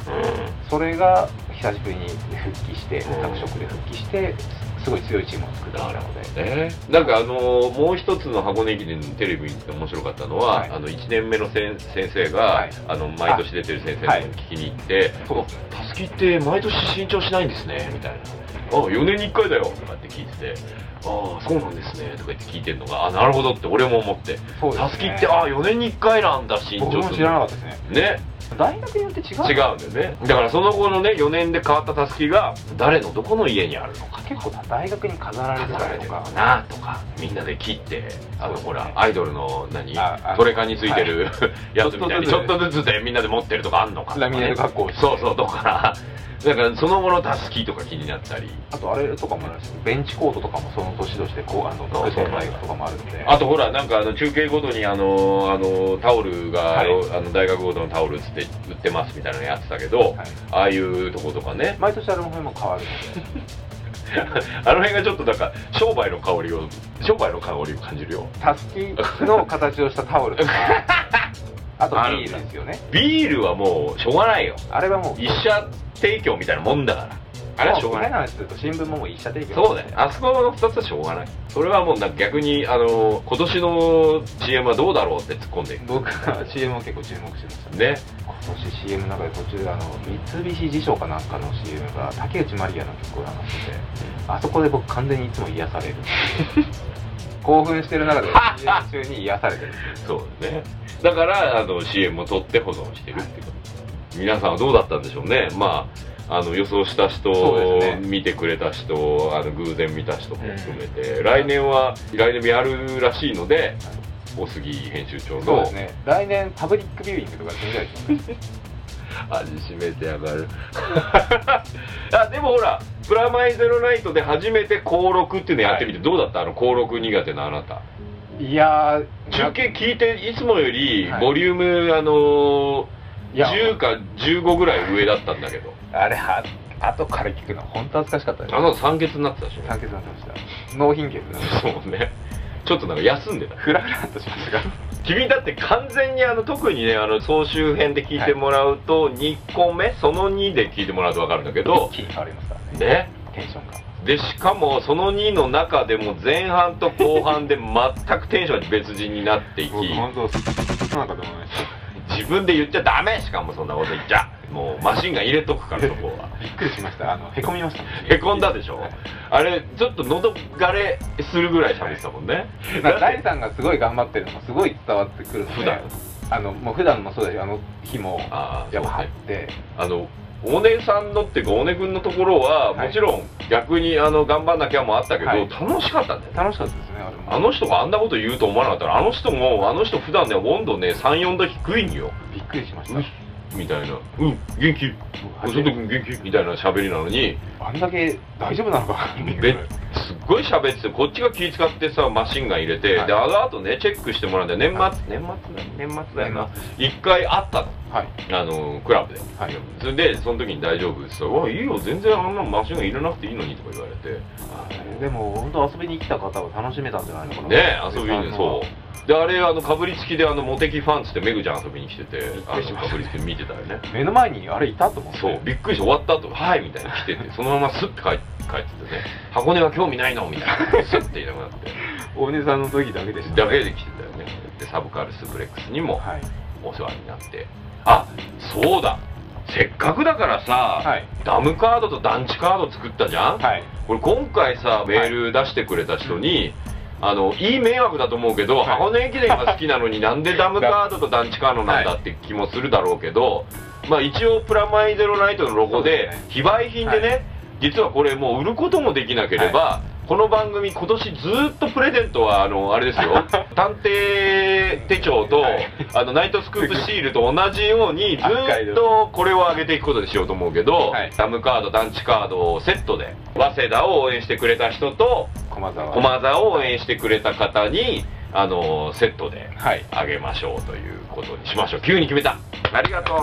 Speaker 2: う
Speaker 3: それが久しぶりに復帰して拓殖で復帰してすごい強いチームを作ったので
Speaker 2: んね、なんかあのーもう一つの箱根駅伝のテレビ見て面白かったのは、
Speaker 3: はい
Speaker 2: あの1年目の先先生が、
Speaker 3: はい
Speaker 2: あの毎年出てる先生
Speaker 3: はい
Speaker 2: に聞きに行って「
Speaker 3: そう
Speaker 2: あたすきって毎年新調しないんですね」みたいな「あ4年に1回だよ」とかって聞いてて「ああそうなんですね」とか言って聞いてるのが「あなるほど」って俺も思って
Speaker 3: そうですね
Speaker 2: たすきってああ4年に1回なんだ新
Speaker 3: 僕
Speaker 2: 調
Speaker 3: も
Speaker 2: す
Speaker 3: 知
Speaker 2: る
Speaker 3: らな
Speaker 2: の
Speaker 3: かったですね
Speaker 2: ね
Speaker 3: 大学によって違う
Speaker 2: 違うんだよねだからその後のね4年で変わったたすきが誰のどこの家にあるのか
Speaker 3: 結構大学に飾られて
Speaker 2: 飾
Speaker 3: た
Speaker 2: られ
Speaker 3: り
Speaker 2: て
Speaker 3: と
Speaker 2: るの
Speaker 3: か
Speaker 2: かなとかみんなで切ってあの
Speaker 3: そうですね
Speaker 2: ほらアイドルの何
Speaker 3: ああ
Speaker 2: トレカについてる やつみたいにち
Speaker 3: ち
Speaker 2: ょ
Speaker 3: ょ
Speaker 2: っ
Speaker 3: っ
Speaker 2: と
Speaker 3: と
Speaker 2: ずつでみんなで持ってるとかあんのかとか
Speaker 3: ラミネート加工して
Speaker 2: そうそうとかなんかその後のたすきとか気になったり
Speaker 3: あとあれとかもあるんですけどベンチコートとかもその年としてこうあの
Speaker 2: そう
Speaker 3: 特
Speaker 2: そう
Speaker 3: 選大学とかもあるんで
Speaker 2: あとほらなんかあの中継ごとにあのあのタオルが、
Speaker 3: はい
Speaker 2: あの大学ごとのタオルつって売ってますみたいなのやってたけど、
Speaker 3: はい
Speaker 2: ああいうとことかね
Speaker 3: 毎年あれも変も変わるので
Speaker 2: あの辺がちょっとなんか商売の香りを商売の香りを感じるよ
Speaker 3: たすきの形をしたタオルとか あと
Speaker 2: あるん
Speaker 3: ビ
Speaker 2: だ
Speaker 3: ールですよね
Speaker 2: ビールはもうしょうがないよ
Speaker 3: あれはもう
Speaker 2: 一社提供みたいなもんだからあれはしょうがない
Speaker 3: も変な話すると新聞ももう一社提供
Speaker 2: そうだよあそこの2つはしょうがないそれはもうなんか逆にあの今年の CM はどうだろうって突っ込んでいく
Speaker 3: 僕は CM を結構注目してましたね
Speaker 2: ね
Speaker 3: 今年 CM の中で途中であの三菱地所かなんかの CM が竹内まりやの曲を流しててあそこで僕完全にいつも癒さ れる興奮してる中で CM 中に癒されてる
Speaker 2: そうだねだからあの CM を取って保存してるってこと皆さんはどうだったんでしょうねまああの予想した人、
Speaker 3: そうですね
Speaker 2: 見てくれた人あの偶然見た人も含めて、来年は来年もやるらしいので大杉編集長
Speaker 3: そうで
Speaker 2: の
Speaker 3: すね来年パブリックビューイングとかやってみたいですよね
Speaker 2: 味しめてやがる あでもほら「プラマイゼロナイト」で初めて登録っていうのやってみて、どうだったあの登録苦手なあなた
Speaker 3: いやー
Speaker 2: 中継聞いていつもより
Speaker 3: はい
Speaker 2: ボリューム、あの
Speaker 3: いや
Speaker 2: ー、10か15ぐらい上だったんだけど
Speaker 3: あれは後から聞くの本当恥ずかしかったです
Speaker 2: あなた酸欠になってたでし
Speaker 3: 酸欠になってました脳貧血になってま
Speaker 2: ょ
Speaker 3: し
Speaker 2: そうねちょっとなんか休んでた
Speaker 3: たフラフラっとしましたが
Speaker 2: 君だって完全にあの特にねあの総集編で聞いてもらうと2個目その2で聞いてもらうと分かるんだけど
Speaker 3: 一気に変わりますからね
Speaker 2: ね
Speaker 3: テンションが
Speaker 2: でしかもその2の中でも前半と後半で全くテンションが別人になっていき
Speaker 3: 僕本当そうなんかと思いまし
Speaker 2: 自分で言っちゃダメしかもそんなこと言っちゃもうマシンガン入れとくからそこは
Speaker 3: たびっくりしましたあのへこみましたね
Speaker 2: へこんだでしょあれちょっと喉がれするぐらい喋ってたもんね
Speaker 3: なんか大さんがすごい頑張ってるのもすごい伝わってくるので
Speaker 2: 普段
Speaker 3: あのもう普段もそうだしあの日も
Speaker 2: ああそ
Speaker 3: や
Speaker 2: う
Speaker 3: っぱ張っ
Speaker 2: ね
Speaker 3: て
Speaker 2: あのお姉さんのっていうかお姉くんのところは
Speaker 3: はい
Speaker 2: もちろん逆にあの頑張んなきゃもあったけど
Speaker 3: はい
Speaker 2: 楽しかったんだよね
Speaker 3: 楽しかったですねあれも
Speaker 2: あの人があんなこと言うと思わなかったらあの人もあの人普段ね温度ね34度低いんよ
Speaker 3: びっくりしました
Speaker 2: うんみたいな「うん元気小
Speaker 3: 初
Speaker 2: 外
Speaker 3: め
Speaker 2: 君元気」みたいな喋りなのに
Speaker 3: あんだけ大丈夫なのかわかんない
Speaker 2: めすっごい喋っててこっちが気使ってさマシンガン入れて、
Speaker 3: はい
Speaker 2: であのあとねチェックしてもらうんだよ年末、年末だ年末だよな一回会ったの
Speaker 3: はい
Speaker 2: あのクラブで、
Speaker 3: はい
Speaker 2: それでその時に「大丈夫?」って言ったらわ「いいよ全然あんなのマシンガン入れなくていいのに」とか言われて
Speaker 3: あれでも本当遊びに来た方は楽しめたんじゃないのかな
Speaker 2: ね遊びに
Speaker 3: あの
Speaker 2: そうであれあのかぶりつきであのモテキファンっつってメグちゃん遊びに来ててあ
Speaker 3: くりし
Speaker 2: の
Speaker 3: ま
Speaker 2: か
Speaker 3: した
Speaker 2: ぶりつき見てたよね
Speaker 3: 目の前にあれいたと思って
Speaker 2: そうびっくりして終わった後はい」みたいな来て てそのままスッて帰帰っててね「箱根は興味ないの?」みたいな スッていなくなって。
Speaker 3: 大根さんの時だけでした
Speaker 2: だけで来てたよねでサブカルスブレックスにも
Speaker 3: はい
Speaker 2: お世話になってあそうだせっかくだからさ、
Speaker 3: はい
Speaker 2: ダムカードと団地カード作ったじゃん、
Speaker 3: はい
Speaker 2: これ今回さメール出してくれた人に、あのいい迷惑だと思うけど、
Speaker 3: はい
Speaker 2: 箱根駅伝が好きな のになんでダムカードと団地カードなんだって気もするだろうけど、まあ、一応プラマイゼロナイトのロゴで
Speaker 3: そうですね
Speaker 2: 非売品でね、実はこれもう売ることもできなければ、この番組今年ずっとプレゼントはあのあれです よ探偵手帳と、
Speaker 3: はい
Speaker 2: あのナイトスクープシールと同じようにずっとこれを上げていくことにしようと思うけど、
Speaker 3: はい
Speaker 2: ダムカード団地カードをセットで早稲田を応援してくれた人と
Speaker 4: 駒沢
Speaker 2: 駒沢を応援してくれた方にあのセットで
Speaker 3: はい
Speaker 2: あげましょうということにしましょう急に決めたありがと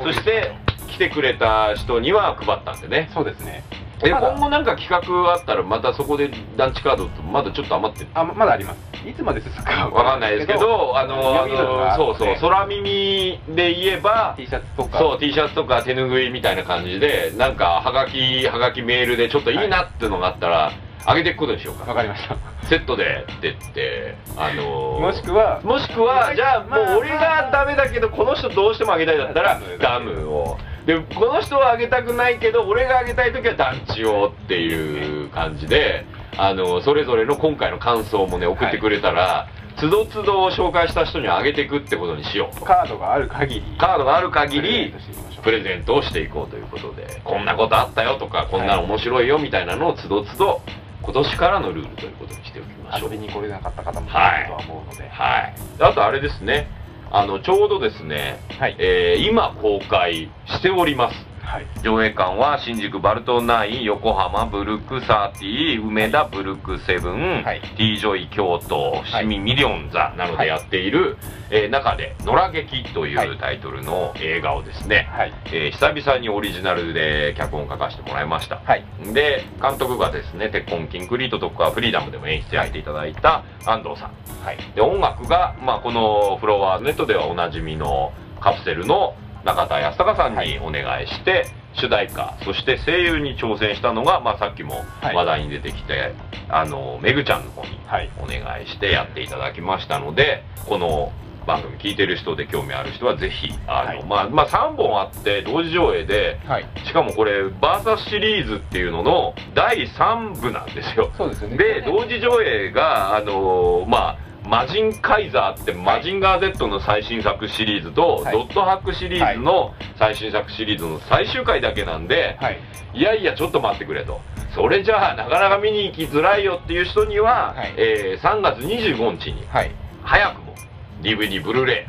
Speaker 2: うそして来てくれた人には配ったんでね
Speaker 3: そうですね
Speaker 2: で
Speaker 3: まだ
Speaker 2: 今後なんか企画あったらまたそこで団地カードってまだちょっと余ってる
Speaker 3: あままだありますいつまで進むか
Speaker 2: わかんないですけどあのあ
Speaker 3: 闇の
Speaker 2: の
Speaker 3: が
Speaker 2: そうそう
Speaker 3: ね
Speaker 2: 空耳で言えば
Speaker 3: T シャツとか
Speaker 2: そう T シャツとか手ぬぐいみたいな感じでなんかはがきはがきメールでちょっといいなっていうのがあったらあげていくことにしようか
Speaker 3: わかりました
Speaker 2: セットでって言ってあのー
Speaker 3: もしくは
Speaker 2: もしくは、じゃあ、
Speaker 3: まあ
Speaker 2: もう俺がダメだけど、この人どうしてもあげたいだったら、ダムを。で、この人はあげたくないけど、俺があげたいときは団地をっていう感じで、あの、それぞれの今回の感想もね、送ってくれたら、都度都度紹介した人にあげていくってことにしよう。
Speaker 3: カードがある限り
Speaker 2: カードがある限
Speaker 3: プレゼン
Speaker 2: り
Speaker 3: ト、していきましょう
Speaker 2: プレゼントをしていこうということで、こんなことあったよとか、こんなの面白いよみたいなのを都度都度、今年からのルールということにしておきましょ
Speaker 3: 遊
Speaker 2: う
Speaker 3: び。に来れなかった方もいるとは思うので、
Speaker 2: はい。あとあれですね、あの、ちょうどですね、
Speaker 3: はい
Speaker 2: えー今公開しております。
Speaker 3: はい、
Speaker 2: 上映館は新宿バルトナイン、横浜、ブルックサーティ梅田、ブルックセブン、
Speaker 3: はい
Speaker 2: T ジョイ京都、伏見ミリオン座などでやっている、えー中で、野良劇とい
Speaker 3: は
Speaker 2: う
Speaker 3: い
Speaker 2: タイトルの映画をですね、
Speaker 3: はい、
Speaker 2: えー久々にオリジナルで脚本書かせてもらいました。
Speaker 3: はい、
Speaker 2: で監督がですね「鉄痕キンクリート」とか「フリーダム」でも演出やっていただいた安藤さん、
Speaker 3: はい
Speaker 2: で音楽が、まあ、このフロアネットではおなじみのカプセルの中田康隆さんにお願いして、主題歌そして声優に挑戦したのが、まあ、さっきも
Speaker 3: はい
Speaker 2: 話題に出てきて、あのめぐちゃんの方に
Speaker 3: はい、
Speaker 2: お願いしてやっていただきましたのでこの番組聞いてる人で興味ある人はぜひあの、
Speaker 3: はい
Speaker 2: まあまあ、3本あって同時上映で
Speaker 3: はい、
Speaker 2: しかもこれバーサスシリーズっていうのの第3部なんですよ
Speaker 3: そうですよね。
Speaker 2: で同時上映があのーまあマジンカイザーってマジンガー Z の最新作シリーズと、
Speaker 3: はい
Speaker 2: ドットハックシリーズの最新作シリーズの最終回だけなんで、
Speaker 3: はい、
Speaker 2: い、やいやちょっと待ってくれとそれじゃあなかなか見に行きづらいよっていう人には、
Speaker 3: はい
Speaker 2: えー3月25日に
Speaker 3: はい、
Speaker 2: 早くも DVD ブルーレ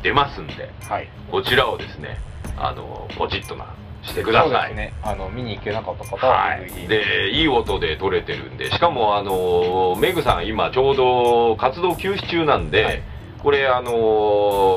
Speaker 2: イ出ますんで
Speaker 3: はい、
Speaker 2: こちらをですねあのーポチッとなしてくだ
Speaker 3: そう
Speaker 2: さ
Speaker 3: で
Speaker 2: い
Speaker 3: す。ね。あの見に行けなかった方
Speaker 2: は
Speaker 3: は、
Speaker 2: い、でいい音で撮れてるんでしかもあのーメグさん今ちょうど活動休止中なんで、
Speaker 3: はい
Speaker 2: これあの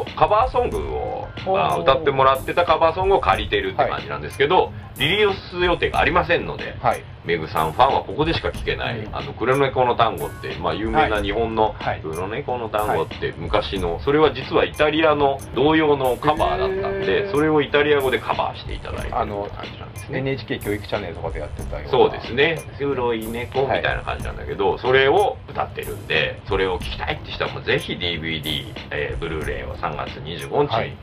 Speaker 2: ーカバーソングを、まあ
Speaker 3: おー
Speaker 2: 歌ってもらってたカバーソングを借りてるって感じなんですけど、リリース予定がありませんので
Speaker 3: はい、
Speaker 2: メグさんファンはここでしか聴けない「
Speaker 3: うん
Speaker 2: あの黒猫の単語」って、まあ、有名な日本の
Speaker 3: はい
Speaker 2: 黒猫の単語って昔のそれは実はイタリアの同様のカバーだったん
Speaker 3: へ
Speaker 2: で
Speaker 3: ー
Speaker 2: それをイタリア語でカバーしていただいてるって
Speaker 3: あ
Speaker 2: 感
Speaker 3: の
Speaker 2: じなんですね。
Speaker 3: NHK 教育チャンネルとかでやってたような。
Speaker 2: そうですね「黒い猫」みたいな感じなんだけど、それを歌ってるんでそれを聞きたいって人はもうぜひ DVD、えーブルーレイを3月25日
Speaker 3: はい
Speaker 2: に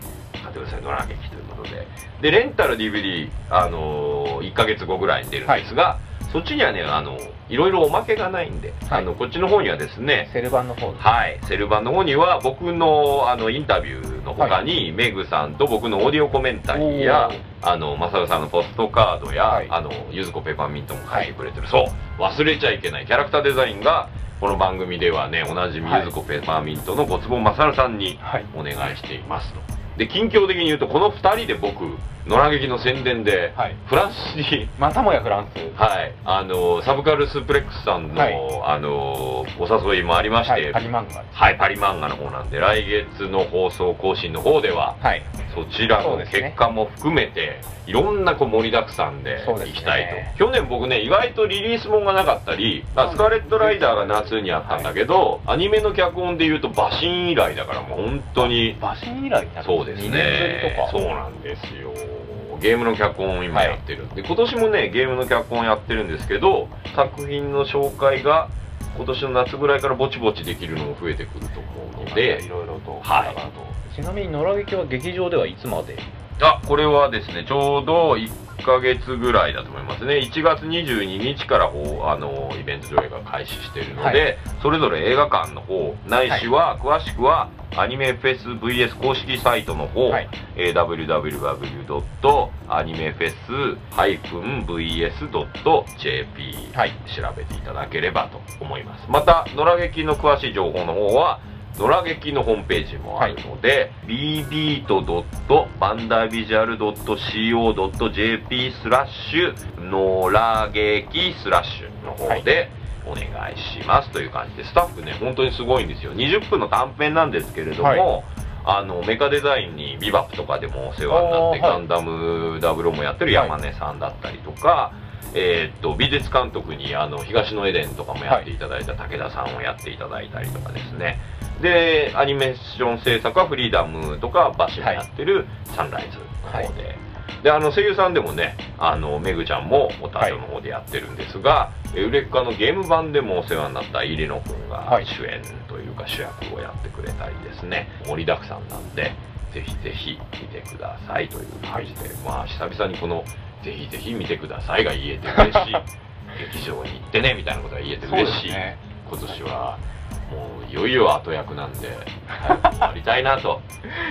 Speaker 2: 買ってください、ドラ劇ということででレンタル DVD、あのー1ヶ月後ぐらいに出るんですが、そっちにはね、あのいろいろおまけがないんで、
Speaker 3: はい
Speaker 2: あのこっちの方にはですね
Speaker 3: セル版の方の。
Speaker 2: はい、セル版の方には僕のあのインタビューの他に、メグさんと僕のオーディオコメンタリーや
Speaker 3: おー
Speaker 2: あのマサルさんのポストカードや、
Speaker 3: はい
Speaker 2: あのゆずこペーパーミントも書いてくれてる、そう忘れちゃいけないキャラクターデザインがこの番組ではねおなじみ
Speaker 3: はい
Speaker 2: ゆずこペーパーミントのごつぼマサルさんに
Speaker 3: はい。
Speaker 2: お願いしていますとで近況的に言うとこの2人で僕野良劇の宣伝で、
Speaker 3: はい。
Speaker 2: フランスに
Speaker 3: またもやフランス。
Speaker 2: はい、あのサブカルスプレックスさんの、
Speaker 3: はい
Speaker 2: あのお誘いもありまして、
Speaker 3: はい。パリ漫画。
Speaker 2: はい、パリ漫画の方なんで、来月の放送更新の方では、
Speaker 3: はい。
Speaker 2: そちらの結果も含めて、いろんなこう盛りだくさんで
Speaker 3: そうです
Speaker 2: 行
Speaker 3: ね
Speaker 2: きたいと、去年僕ね、意外とリリースもんがなかったり、あスカーレット・ライダーが夏にあったんだけど、アニメの脚本で言うと、馬神以来だから、もう本当に、
Speaker 3: バシン以来になる。
Speaker 2: そうです
Speaker 3: 二年ぶり
Speaker 2: ね
Speaker 3: とか。、
Speaker 2: そうなんですよ。ゲームの脚本を今やってる、で今年もねゲームの脚本やってるんですけど作品の紹介が今年の夏ぐらいからぼちぼちできるのも増えてくると思うので
Speaker 3: いろいろと。
Speaker 2: はい
Speaker 3: ちなみに野良劇は劇場ではいつまで。
Speaker 2: あこれはですねちょうど1ヶ月ぐらいだと思いますね1月22日からこうあのイベント上映が開始しているので、
Speaker 3: は
Speaker 2: それぞれ映画館の方ないしは、詳しくはアニメフェス VS 公式サイトの方、
Speaker 3: はい
Speaker 2: えー www.animefest-vs.jp
Speaker 3: はい
Speaker 2: 調べていただければと思いますまた野良劇の詳しい情報の方は野良劇のホームページもあるので、bbeat.bandavisual.co.jp スラッシュ野良劇スラッシュの方でお願いしますという感じでスタッフね本当にすごいんですよ20分の短編なんですけれども、
Speaker 3: はい
Speaker 2: あのメカデザインにビバップとかでもお世話になって、
Speaker 3: あーはい
Speaker 2: ガンダムダブロもやってる山根さんだったりとか、えーっと美術監督にあの東のエデンとかもやっていただいた武田さんをやっていただいたりとかですねでアニメーション制作はフリーダムとかバシがやってるサンライズの方で、であの声優さんでもねあのめぐちゃんもオタジョの方でやってるんですが、えウレッカのゲーム版でもお世話になった入野君が
Speaker 3: はい
Speaker 2: 主演というか主役をやってくれたりですね盛りだくさんなんでぜひぜひ見てくださいという感じで、まあ久々にこの「ぜひぜひ見てください」が言えて嬉しい劇場に行ってねみたいなことが言えて嬉しい、
Speaker 3: ね
Speaker 2: 今年はもういよいよ後役なんで早く終わりたいなと。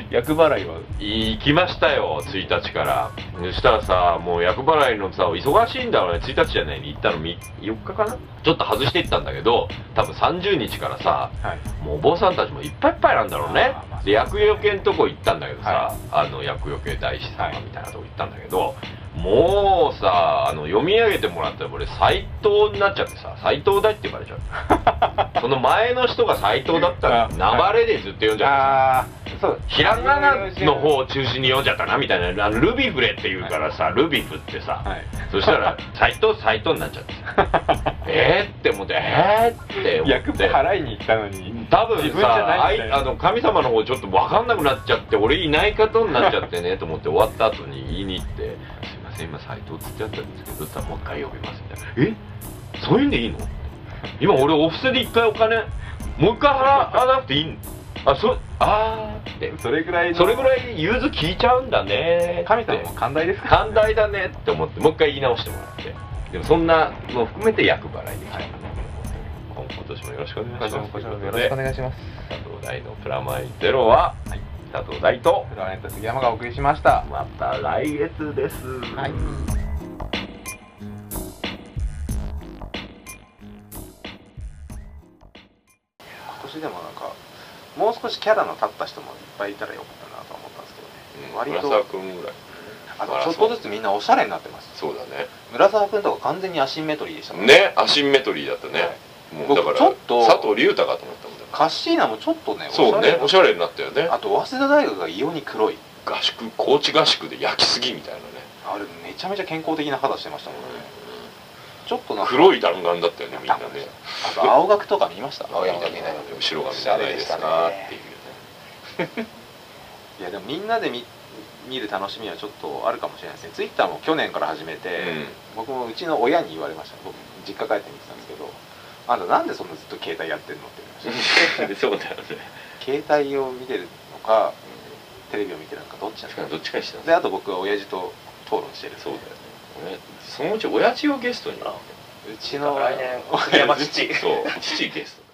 Speaker 3: 役払いは
Speaker 2: 行きましたよ1日からそしたらさもう厄払いのさ忙しいんだろうね1日じゃない行ったのみ4日かなちょっと外していったんだけど多分30日からさ
Speaker 3: はい
Speaker 2: もうお坊さんたちもいっぱいいっぱいなんだろうね
Speaker 3: あーまあ
Speaker 2: で厄除けんとこ行ったんだけどさ、
Speaker 3: は
Speaker 2: あの厄除け大師様みたいなとこ行ったんだけど、もうさあの読み上げてもらったら俺斎藤になっちゃってさ斎藤大って呼ばれちゃ うその前の人が斎藤だったら
Speaker 3: あ
Speaker 2: 流れでずっと読んじゃう
Speaker 3: ああそう
Speaker 2: ひらがなの方を中心に読んじゃったなみたいなあのルビフレって言うからさ、ルビフってさ、
Speaker 3: はい
Speaker 2: そしたら「斎藤斎藤」になっちゃ ってさえーって思ってえーって思
Speaker 3: 役
Speaker 2: って
Speaker 3: 払いに行ったのに
Speaker 2: 多分
Speaker 3: 自分じゃ
Speaker 2: さあ
Speaker 3: ない
Speaker 2: い
Speaker 3: みたいな
Speaker 2: あの神様の方ちょっと分かんなくなっちゃって俺いないことになっちゃってねと思って終わった後に言いに行って「すいません今斎藤つっちゃったんですけど」つったらもう一回呼びます」みたいな「えそういうんでいいの?」今俺お布施で一回お金もう一回払わなくていいのあそあーって
Speaker 3: それぐらいの
Speaker 2: それぐらい融通聞いちゃうんだねって
Speaker 3: 神様も寛大ですから
Speaker 2: 寛大だねって思ってもう一回言い直してもらってでもそんなのを含めて厄払いできたらなと思って今今年もよろしくお願いします
Speaker 3: こちらもよろしくお願いします
Speaker 2: 佐藤大のプラマイゼロは、佐藤大と
Speaker 3: フロアネット杉山がお送りしました
Speaker 2: また来月です、
Speaker 3: はい今年でもなんかもう少しキャラの立った人もいっぱいいたらよかったなとは思ったんですけどね、割と
Speaker 2: 村沢君ぐらい
Speaker 3: あとちょっとずつみんなおしゃれになってます
Speaker 2: そうだね
Speaker 3: 村沢君とか完全にアシンメトリーでしたもん
Speaker 2: ねアシンメトリーだったね、
Speaker 3: はい
Speaker 2: もう
Speaker 3: 僕
Speaker 2: だから
Speaker 3: ちょっと
Speaker 2: 佐藤龍太かと思ったもんだ
Speaker 3: カッシーナもちょっとね
Speaker 2: そうねおし
Speaker 3: ゃ
Speaker 2: ゃれになったよね
Speaker 3: あと早稲田大学が異様に黒い
Speaker 2: 合宿高知合宿で焼きすぎみたいなね
Speaker 3: あれめちゃめちゃ健康的な肌してましたもんね、ちょっとなんか
Speaker 2: 黒い弾丸だったよねみんなね
Speaker 3: あと青学とか見ました
Speaker 2: 青山
Speaker 3: 学
Speaker 2: みたいな後ろが見たいですかっていうね
Speaker 3: いやでもみんなで見見る楽しみはちょっとあるかもしれないですねツイッターも去年から始めて、僕もうちの親に言われました僕実家帰って見てたんですけどあんたなんでそんなずっと携帯やってんのって言われまし
Speaker 2: うんそうだよね
Speaker 3: た 携帯を見てるのかテレビを見てるのかどっちなんですか
Speaker 2: どっちかにしたん
Speaker 3: であと僕は親父と討論してる
Speaker 2: そうだよね俺そのうち親父をゲストに
Speaker 3: うちの
Speaker 5: 来年山口
Speaker 2: そう父ゲスト